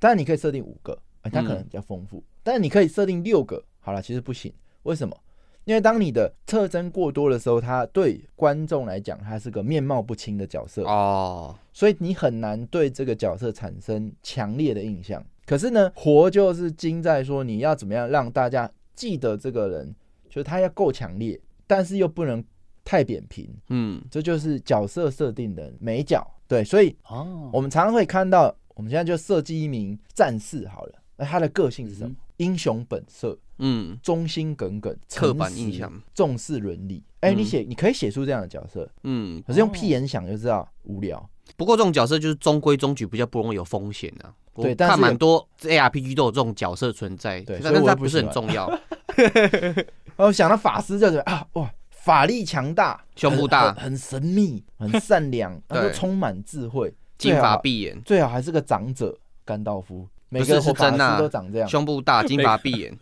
S4: 但你可以设定五个，哎，它可能比较丰富，但你可以设定六个。好了，其实不行，为什么？因为当你的特征过多的时候，它对观众来讲，它是个面貌不清的角色，
S5: 哦，
S4: 所以你很难对这个角色产生强烈的印象。可是呢，活就是精在说你要怎么样让大家记得这个人，就是他要够强烈，但是又不能太扁平，
S5: 嗯
S4: 这就是角色设定的美角。对，所以
S2: 哦，
S4: 我们常常会看到，我们现在就设计一名战士好了，那他的个性是什么
S2: 嗯？
S4: 英雄本色，
S5: 嗯
S4: 忠心耿耿，
S5: 刻板
S4: 诚实
S5: 印象，
S4: 重视伦理。哎、你
S5: 嗯
S4: 写你可以写出这样的角色，
S5: 嗯，
S4: 可是用屁眼想就知道无聊。
S5: 不过这种角色就是中规中矩，比较不容易有风险啊。我
S4: 对但是
S5: 看蛮多 ARPG 都有这种角色存在，
S4: 对所
S5: 但
S4: 以
S5: 是
S4: 我也
S5: 它
S4: 不
S5: 不是很
S4: 喜欢啊
S5: 重 要，
S4: 哦，想到法师就是啊，哇，法力强大，
S5: 胸部大
S4: 很很很神秘，很善 良，然后
S5: 对
S4: 充满智慧，
S5: 金
S4: 最
S5: 发
S4: 好
S5: 碧眼，
S4: 最好还是个长者，甘道夫。每
S5: 不
S4: 个
S5: 是是
S4: 法
S5: 真啊
S4: 师都长这样。
S5: 胸部大，金发碧 眼，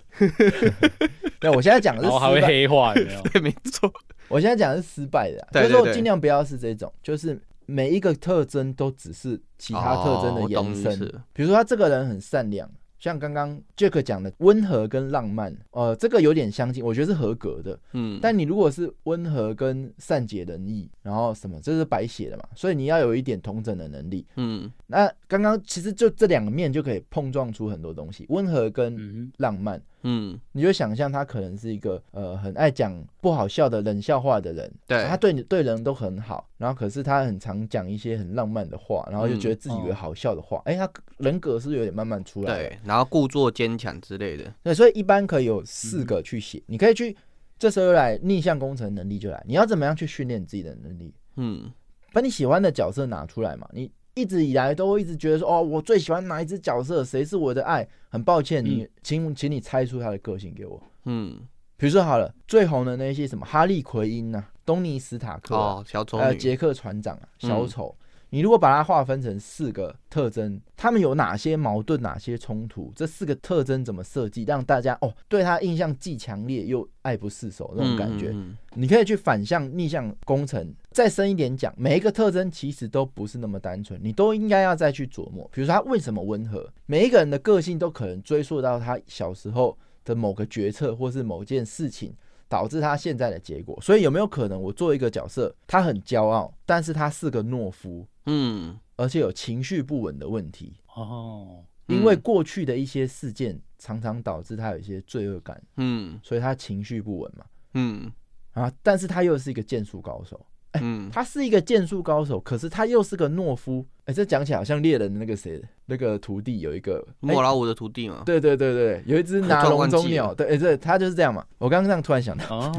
S4: 对，我现在讲的
S2: 然
S4: 是
S2: 后还
S4: 失
S2: 会
S4: 败，
S2: 黑化，有没有？
S5: 对，没错，
S4: 我现在讲的是失败的啊，
S5: 对
S4: 就是
S5: 对
S4: 说
S5: 对
S4: 尽量不要是这种，就是每一个特征都只是其他特
S5: 哦
S4: 征的
S5: 我懂
S4: 延
S5: 你
S4: 伸
S5: 意思。
S4: 比如说他这个人很善良，像刚刚 Jack 讲的温和跟浪漫，呃，这个有点相近，我觉得是合格的。
S5: 嗯，
S4: 但你如果是温和跟善解人意，然后什么，这是白写的嘛，所以你要有一点同整的能力。
S5: 嗯
S4: 那刚刚其实就这两个面就可以碰撞出很多东西，温和跟
S2: 嗯
S4: 浪漫。
S5: 嗯，
S4: 你就想象他可能是一个呃很爱讲不好笑的冷笑话的人，
S5: 对
S4: 他对你对人都很好，然后可是他很常讲一些很浪漫的话，然后就觉得
S5: 嗯
S4: 自己以为好笑的话，哎、他人格是不是有点慢慢出来了？
S5: 哦对，然后故作坚强之类的，
S4: 对，所以一般可以有
S5: 嗯
S4: 四个去写，你可以去，这时候又来逆向工程能力就来，你要怎么样去训练自己的能力？
S5: 嗯
S4: 把你喜欢的角色拿出来嘛，你。一直以来都会一直觉得说，哦，我最喜欢哪一只角色，谁是我的爱？很抱歉，你请请你猜出他的个性给我。
S5: 嗯，
S4: 比如说好了，最红的那些什么哈利奎因呐、东尼史塔克、啊、
S5: 哦，小丑
S4: 呃，
S5: 女，
S4: 杰克船长啊，
S5: 嗯
S4: 小丑，你如果把它划分成四个特征，他们有哪些矛盾，哪些冲突？这四个特征怎么设计，让大家哦对他印象既强烈又爱不释手那种
S5: 嗯
S4: 感觉？
S5: 嗯
S4: 你可以去反向逆向工程，再深一点讲，每一个特征其实都不是那么单纯，你都应该要再去琢磨。比如说他为什么温和，每一个人的个性都可能追溯到他小时候的某个决策或是某件事情。导致他现在的结果，所以有没有可能我做一个角色，他很骄傲，但是他是个懦夫，
S5: 嗯
S4: 而且有情绪不稳的问题，
S2: 哦，
S4: 因为
S5: 嗯
S4: 过去的一些事件常常导致他有一些罪恶感，
S5: 嗯
S4: 所以他情绪不稳嘛。
S5: 嗯
S4: 啊，但是他又是一个剑术高手，
S5: 嗯，
S4: 他是一个剑术高手，可是他又是个懦夫。哎、这讲起来好像猎人的那个谁，那个徒弟有一个哎
S5: 莫老五的徒弟嘛，
S4: 对对对对，有一只
S5: 我
S4: 拿
S5: 突然
S4: 笼
S5: 忘记
S4: 中鸟，
S5: 了
S4: 对，哎、对，他就是这样嘛。我刚刚这样突然想到，
S2: 哦，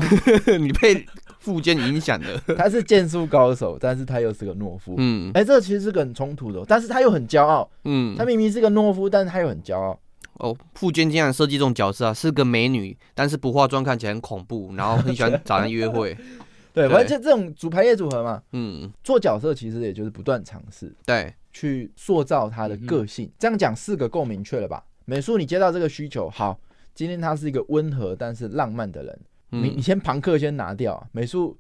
S5: 你被附件影响了，
S4: 他是剑术高手，但是他又是个懦夫。
S5: 嗯
S4: 哎、这其实是个很冲突的哦，但是他又很骄傲。
S5: 嗯，
S4: 哎他明明是个懦夫，但是他又很骄傲。
S5: 哦，傅娟经常设计这种角色啊，是个美女，但是不化妆看起来很恐怖，然后很喜 欢找人约会。
S4: 对，
S5: 对
S4: 反正就这种组排列组合嘛，
S5: 嗯，
S4: 做角色其实也就是不断尝试
S5: 对，
S4: 去塑造他的
S5: 嗯
S4: 个性。这样讲四个够明确了吧？美术，你接到这个需求，好，今天他是一个温和但是浪漫的人。你你
S5: 嗯，
S4: 先庞克先拿掉啊，美术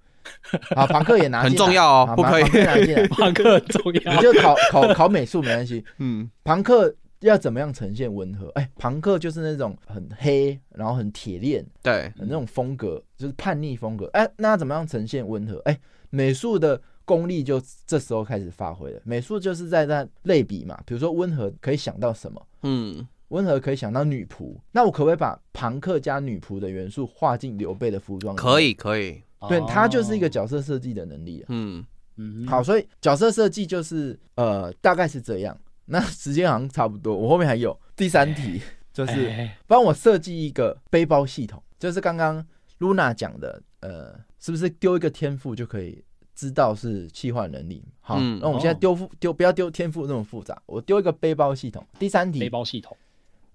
S4: 啊，庞克也拿
S5: 很
S4: 进来，
S5: 重要哦
S4: 啊
S5: 不可以
S4: 庞克拿进来，
S2: 马克很重
S4: 你
S2: 要。
S4: 就考考考美术没关系。
S5: 嗯，
S4: 庞克要怎么样呈现温和？哎，庞克就是那种很黑，然后很铁链，
S5: 对，
S4: 那种风格，就是叛逆风格。哎，那要怎么样呈现温和？哎，美术的功力就这时候开始发挥了。美术就是在那类比嘛，比如说温和可以想到什么？
S5: 嗯，
S4: 温和可以想到女仆，那我可不可以把庞克加女仆的元素画进刘备的服装？
S5: 可。以，可以，
S4: 对，
S2: 哦
S4: 它就是一个，角色设计的能力、啊。
S5: 嗯
S2: 嗯
S4: 好，，所以角色设计就是呃，大概是这样。那时间好像差不多，我后面还有第三题， 就是
S2: 哎
S4: 帮我设计一个背包系统，就是刚刚 Luna 讲的，呃，是不是丢一个天赋就可以知道是气化能力？好，
S5: 嗯
S4: 那我们现在丢复丢不要丢天赋那么复杂，我丢一个背包系统。第三
S2: 背
S4: 题，
S2: 包系统，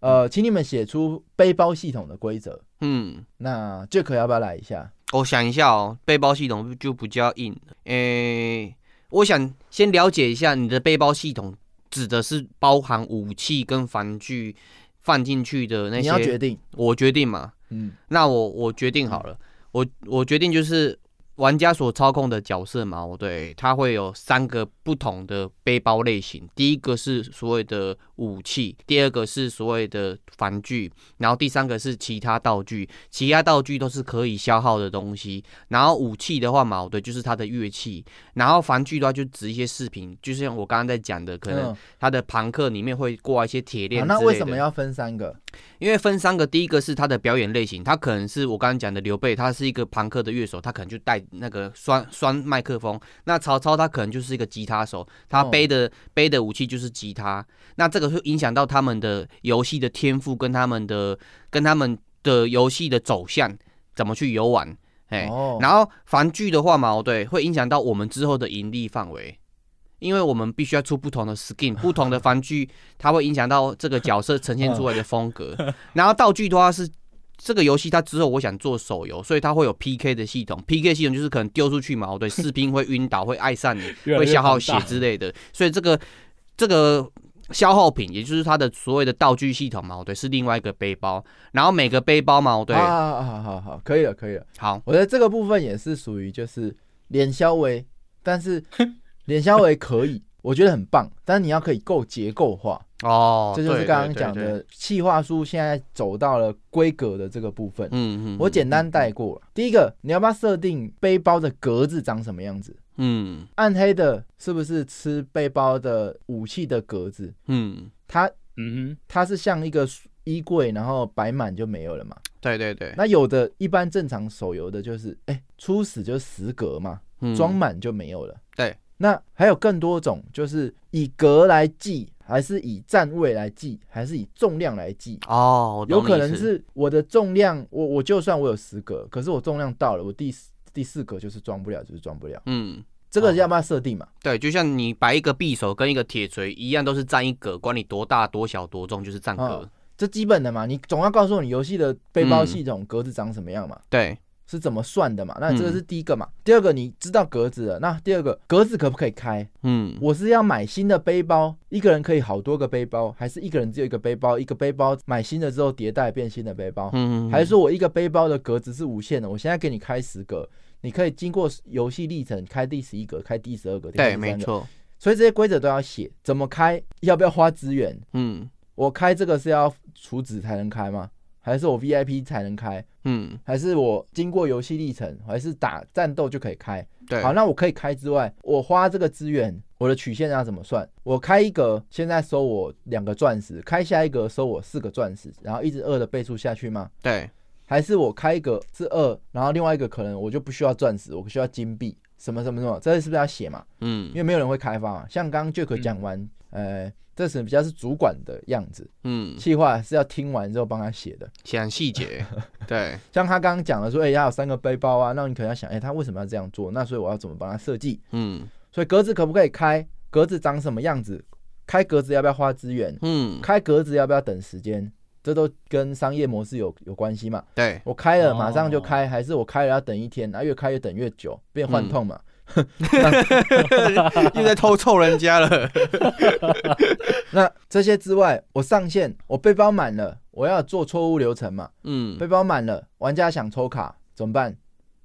S4: 呃，请你们写出背包系统的规则。
S5: 嗯，
S4: 那 Jack 要不要来一下？
S5: 我想一下哦，背包系统就比较硬。诶、我想先了解一下你的背包系统指的是包含武器跟防具放进去的那
S4: 你要决
S5: 些。
S4: 定，
S5: 我决定嘛，
S4: 嗯，
S5: 那我我决定好了，我我决定就是玩家所操控的角色嘛，我对它会有三个不同的背包类型，第一个是所谓的武器，第二个是所谓的玩具，然后第三个是其他道具，其他道具都是可以消耗的东西，然后武器的话嘛，我哦对就是它的乐器，然后玩具的话就指一些饰品，就像我刚刚在讲的，可能
S4: 嗯
S5: 它的庞克里面会挂一些铁链、
S4: 好，
S5: 之
S4: 那为
S5: 类
S4: 什
S5: 的
S4: 么要分三个？
S5: 因为分三个，第一个是他的表演类型，他可能是我刚刚讲的刘备，他是一个朋克的乐手，他可能就带那个双双麦克风。那曹操他可能就是一个吉他手，他
S4: 哦
S5: 背的、背的武器就是吉他。那这个会影响到他们的游戏的天赋跟他们的跟他们的游戏的走向，怎么去游玩。哎、
S4: 哦，
S5: 然后防具的话嘛，哦对，会影响到我们之后的盈利范围，因为我们必须要出不同的 skin，不同的防具，它会影响到这个角色呈现出来的风 格。然后道具的话是这个游戏它之后我想做手游，所以它会有 PK 的系统，PK 系统就是可能丢出去嘛，哦对，士兵会晕倒，会爱上你，
S2: 越来
S5: 会
S2: 越
S5: 消耗血
S2: 庞大
S5: 之类的，所以这个这个消耗品，也就是它的所谓的道具系统嘛，哦对，是另外一个背包，然后每个背包嘛，哦对，
S4: 啊，好好好，可以了，可以了。
S5: 好，
S4: 我觉得这个部分也是属于就是脸消维，但是脸消维可以，我觉得很棒，但是你要可以够结构化，
S5: 哦，
S4: 这就
S5: 对
S4: 是刚刚
S5: 对对
S4: 讲
S5: 对
S4: 的企划书现在走到了规格的这个部分。
S5: 嗯嗯，
S4: 我简单
S5: 嗯，
S4: 带过了。第一个，你要不要设定背包的格子长什么样子？
S5: 嗯
S4: 暗黑的是不是吃背包的武器的格子？
S5: 嗯，
S4: 它
S2: 嗯
S4: 它是像一个衣柜，然后摆满就没有了嘛？
S5: 对对对，
S4: 那有的一般正常手游的就是，哎、初始就十格嘛，
S5: 嗯
S4: 装满就没有了。
S5: 对，
S4: 那还有更多种，就是以格来计，还是以站位来计，还是以重量来计？
S5: 哦，我懂
S4: 有可
S5: 你
S4: 能是我的重量，我我就算我有十格，可是我重量到了，我第四第四格就是装不了，就是装不了。
S5: 嗯。
S4: 这个要不要设定嘛？
S5: 对，就像你摆一个匕首跟一个铁锤一样，都是占一格，管你多大、多小、多重，就是占格。
S4: 哦这基本的嘛，你总要告诉我你游戏的背包系统格子长什么样嘛，
S5: 对，
S4: 是怎么算的嘛？那这个
S5: 嗯
S4: 是第一个嘛。第二个你知道格子了，那第二个格子可不可以开？
S5: 嗯，
S4: 我是要买新的背包，一个人可以好多个背包，还是一个人只有一个背包？一个背包买新的之后迭代变新的背包，
S5: 嗯，
S4: 还是说我一个背包的格子是无限的？我现在给你开十格，你可以经过游戏历程开第十一格、开第十二格、第
S5: 对，
S4: 13
S5: 没
S4: 格。
S5: 错，
S4: 所以这些规则都要写，怎么开，要不要花资源？
S5: 嗯
S4: 我开这个是要储值才能开吗？还是我 VIP 才能开？
S5: 嗯，
S4: 还是我经过游戏历程，还是打战斗就可以开？
S5: 对，
S4: 好，那我可以开之外，我花这个资源，我的曲线要怎么算？我开一格，现在收我两个钻石，开下一格收我四个钻石，然后一直二的倍数下去吗？
S5: 对，
S4: 还是我开一个是二，然后另外一个可能我就不需要钻石，我需要金币，什么什么什么，这是不是要写嘛？
S5: 嗯
S4: 因为没有人会开发嘛。像刚刚 Jack 讲完，呃，这是比较是主管的样子，
S5: 嗯，
S4: 计划是要听完之后帮他写的。
S5: 想细 节，对，
S4: 像他刚刚讲的说，哎、他有三个背包啊，那你可能要想，哎、他为什么要这样做？那所以我要怎么帮他设计？
S5: 嗯
S4: 所以格子可不可以开？格子长什么样子？开格子要不要花资源？
S5: 嗯，
S4: 开格子要不要等时间？这都跟商业模式有有关系嘛？
S5: 对，
S4: 我开了
S2: 哦
S4: 马上就开，还是我开了要等一天？然后越开越等越久，变幻痛嘛？
S5: 嗯又在偷臭人家了，
S4: 那这些之外，我上线，我背包满了，我要做错误流程嘛？
S5: 嗯
S4: 背包满了，玩家想抽卡怎么办？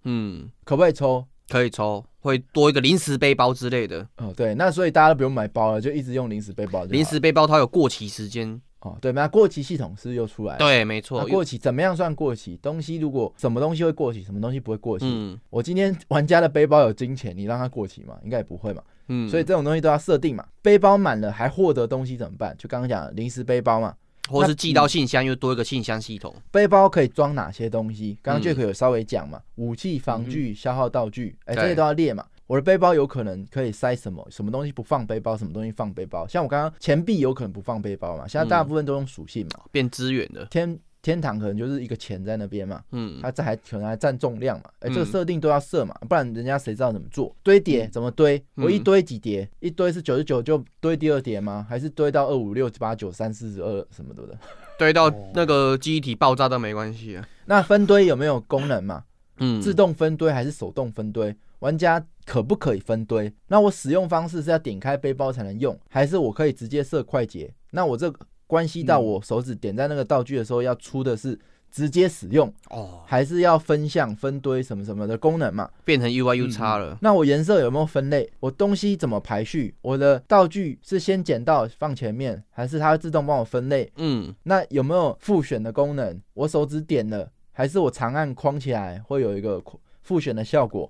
S5: 嗯，
S4: 可不可以抽？
S5: 可以抽，会多一个临时背包之类的，
S4: 哦，对，那所以大家都不用买包了，就一直用临时背包就好了。
S5: 临时背包它有过期时间，
S4: 哦，对，那过期系统是不是又出来了。
S5: 对，没错
S4: 那，啊过期怎么样算过期？东西如果什么东西会过期，什么东西不会过期？
S5: 嗯
S4: 我今天玩家的背包有金钱，你让它过期吗？应该也不会嘛。
S5: 嗯，
S4: 所以这种东西都要设定嘛。背包满了还获得东西怎么办？就刚刚讲的临时背包嘛，
S5: 或
S4: 那
S5: 是寄到信箱又多一个信箱系统。
S4: 背包可以装哪些东西？刚刚
S5: 嗯
S4: Jack 有稍微讲嘛，武器、防具、消耗道具，哎、
S5: 对
S4: 这些都要列嘛。我的背包有可能可以塞什么，什么东西不放背包，什么东西放背包。像我刚刚钱币有可能不放背包嘛，现在大
S5: 嗯
S4: 部分都用属性嘛。
S5: 变资源的，
S4: 天天堂可能就是一个钱在那边嘛，
S5: 嗯，
S4: 它这还可能还占重量嘛，哎、
S5: 嗯
S4: 这个设定都要设嘛，不然人家谁知道怎么做？堆叠怎么堆？
S5: 嗯
S4: 我一堆几叠？一堆是九十九就堆第二叠吗？还是堆到二五六八九三四十二什么的 的？
S5: 堆到
S4: 哦
S5: 那个记忆体爆炸都没关系啊，
S4: 那分堆有没有功能嘛？
S5: 嗯，
S4: 自动分堆还是手动分堆？玩家可不可以分堆？那我使用方式是要点开背包才能用，还是我可以直接设快捷？那我这关系到我手指点在那个道具的时候要出的是直接使用，
S5: 哦，
S4: 还是要分项、分堆什么什么的功能嘛？
S5: 变成 UI U 叉了，
S4: 那我颜色有没有分类？我东西怎么排序？我的道具是先捡到放前面，还是它会自动帮我分类？
S5: 嗯，
S4: 那有没有复选的功能？我手指点了，还是我长按框起来会有一个框复选的效果？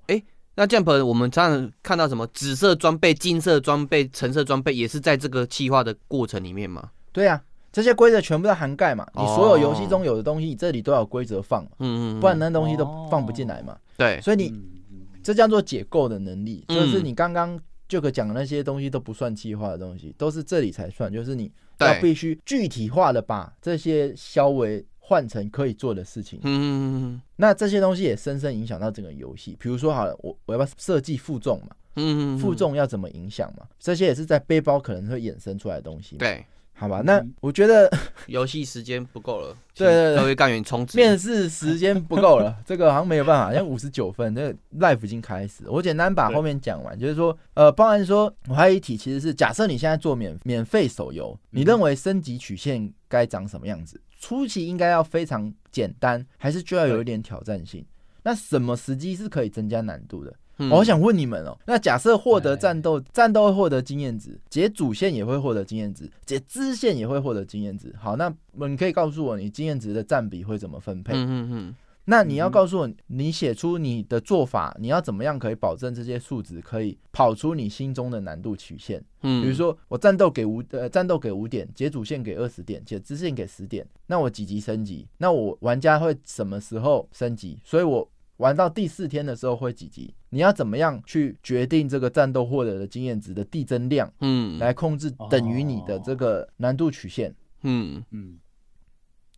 S5: 那 Jump 我们常常看到什么紫色装备、金色装备、橙色装备，也是在这个企划的过程里面嘛，
S4: 对啊，这些规则全部都涵盖嘛，
S5: 哦
S4: 你所有游戏中有的东西，这里都要有规则放嘛，
S5: 嗯嗯，嗯
S4: 不然那东西都放不进来嘛。
S5: 对，
S4: 所以你
S2: 嗯嗯
S4: 这叫做解构的能力，
S5: 嗯
S4: 就是你刚刚就可讲的那些东西都不算计划的东西，都是这里才算，就是你
S5: 对
S4: 要必须具体化的把这些消为换成可以做的事情。
S5: 嗯嗯
S4: 那这些东西也深深影响到整个游戏，比如说好了，我我要不要设计负重嘛？
S5: 嗯嗯嗯，
S4: 负重要怎么影响嘛？这些也是在背包可能会衍生出来的东西。，
S5: 对，嗯
S4: 好吧，那我觉得
S5: 游戏时间不够了，
S4: 对对对
S5: 请各位干员充值，
S4: 面试时间不够了， 这个好像没有办法，像五十九分，那个 life 已经开始了。我简单把
S2: 对
S4: 后面讲完，就是说，呃，包含说，我还有一题其实是，假设你现在做免免费手游，你认为升级曲线该长什么样子？初期应该要非常简单，还是就要有一点挑战性？那什么时机是可以增加难度的？
S5: 嗯哎
S4: 我好想问你们哦，那假设获得战斗，战斗会获得经验值，解主线也会获得经验值，解支线也会获得经验值。好，那你可以告诉我你经验值的占比会怎么分配？
S5: 嗯嗯嗯，
S4: 那你要告诉我，你写出你的做法，你要怎么样可以保证这些数值可以跑出你心中的难度曲线？
S5: 嗯，
S4: 比如说我战斗给五呃战斗给五点，解主线给二十点，解支线给十点，那我几级升级？那我玩家会什么时候升级？所以我玩到第四天的时候会几级？你要怎么样去决定这个战斗获得的经验值的递增量，
S5: 嗯，
S4: 来控制等于你的这个难度曲线？
S5: 嗯，
S2: 嗯，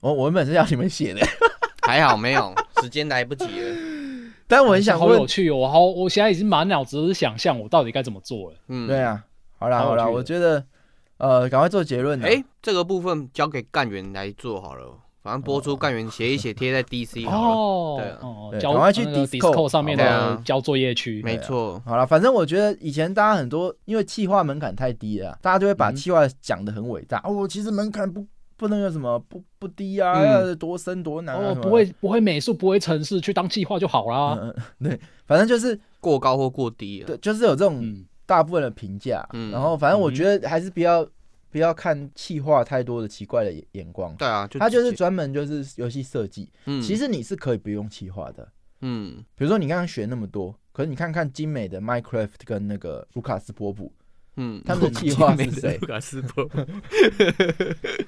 S2: 哦
S4: 我我原本是要你们写的，
S5: 还好没有，时间来不及了，
S4: 但我很想
S2: 好
S4: 问
S2: 有，趣哦，我好，我现在已经满脑子都是想象我到底该怎么做了。
S5: 嗯，
S4: 对。啊，好啦
S2: 好有
S4: 好啦，
S2: 趣的
S4: 我觉得呃赶快做结论啦。
S5: 哎、这个部分交给干员来做好了，反正播出干员写一写，贴在 DC 好了。
S2: 哦，
S5: 对啊
S2: 哦
S4: 对
S2: 交
S4: 赶快去
S2: 那个
S4: Discord，
S2: Discord 上面
S5: 好不好
S2: 的
S5: 对啊
S2: 交作业区。
S5: 没错，
S4: 好了，反正我觉得以前大家很多因为气化门槛太低了啊，大家就会把
S2: 嗯
S4: 气化讲的很伟大、哦，其实门槛不不能有什么不不低啊，
S5: 嗯
S4: 要多深多难啊，
S2: 哦，
S4: 什么
S2: 不会不会美术，不会程式，去当计划就好
S4: 嗯
S2: 啦。
S4: 嗯嗯对，反正就是
S5: 过高或过低啊
S4: 对，，就是有这种
S2: 嗯，
S4: 大部分的评价，
S5: 嗯
S4: 然后反正我
S2: 嗯
S4: 觉得还是不要不要看气化太多的奇怪的眼眼光。
S5: 对啊，就
S4: 它就
S5: 直
S4: 是
S5: 接，
S4: 专门就是游戏设计，
S5: 嗯
S4: 其，实你是可以不用气化的。
S5: 嗯
S4: 比如说你刚刚学那么多，可是你看看精美的 Minecraft 跟那个卢卡斯波普，
S5: 嗯，
S4: 他们的计划是
S5: 没
S4: 谁
S5: 卢卡斯伯格，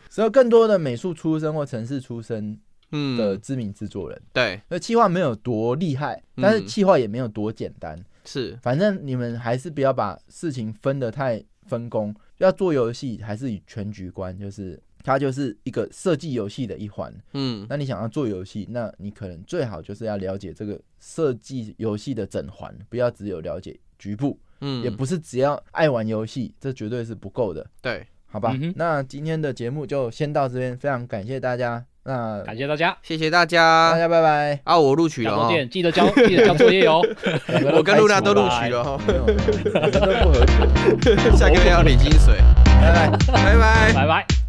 S4: 所以更多的美术出身或城市出身的
S5: 嗯，
S4: 知名制作人，
S5: 对，
S4: 那企划没有多厉害，但是
S5: 嗯
S4: 企划也没有多简单。
S5: 是，
S4: 反正你们还是不要把事情分得太分工，要做游戏还是以全局观，就是它就是一个设计游戏的一环。
S5: 嗯
S4: 那你想要做游戏，那你可能最好就是要了解这个设计游戏的整环，不要只有了解局部，
S5: 嗯，
S4: 也不是只要爱玩游戏，这绝对是不够的。
S5: 对，
S4: 好吧，
S2: 嗯哼
S4: 那今天的节目就先到这边，非常感谢大家，那
S2: 感谢大家，
S5: 谢谢大
S4: 大
S5: 家。
S4: 家拜拜
S5: 啊，我录取了
S2: 下周
S5: 哦，
S2: 见，记得交记得交作业哦。
S4: 两个
S5: 我跟
S4: 开
S5: 露
S4: 除
S5: 娜都录
S4: 了
S5: 取了哦，
S4: 没有 그没有两个都不合格，
S5: 下个月要领薪水，
S4: 拜拜。
S5: 拜 拜。
S2: 拜拜。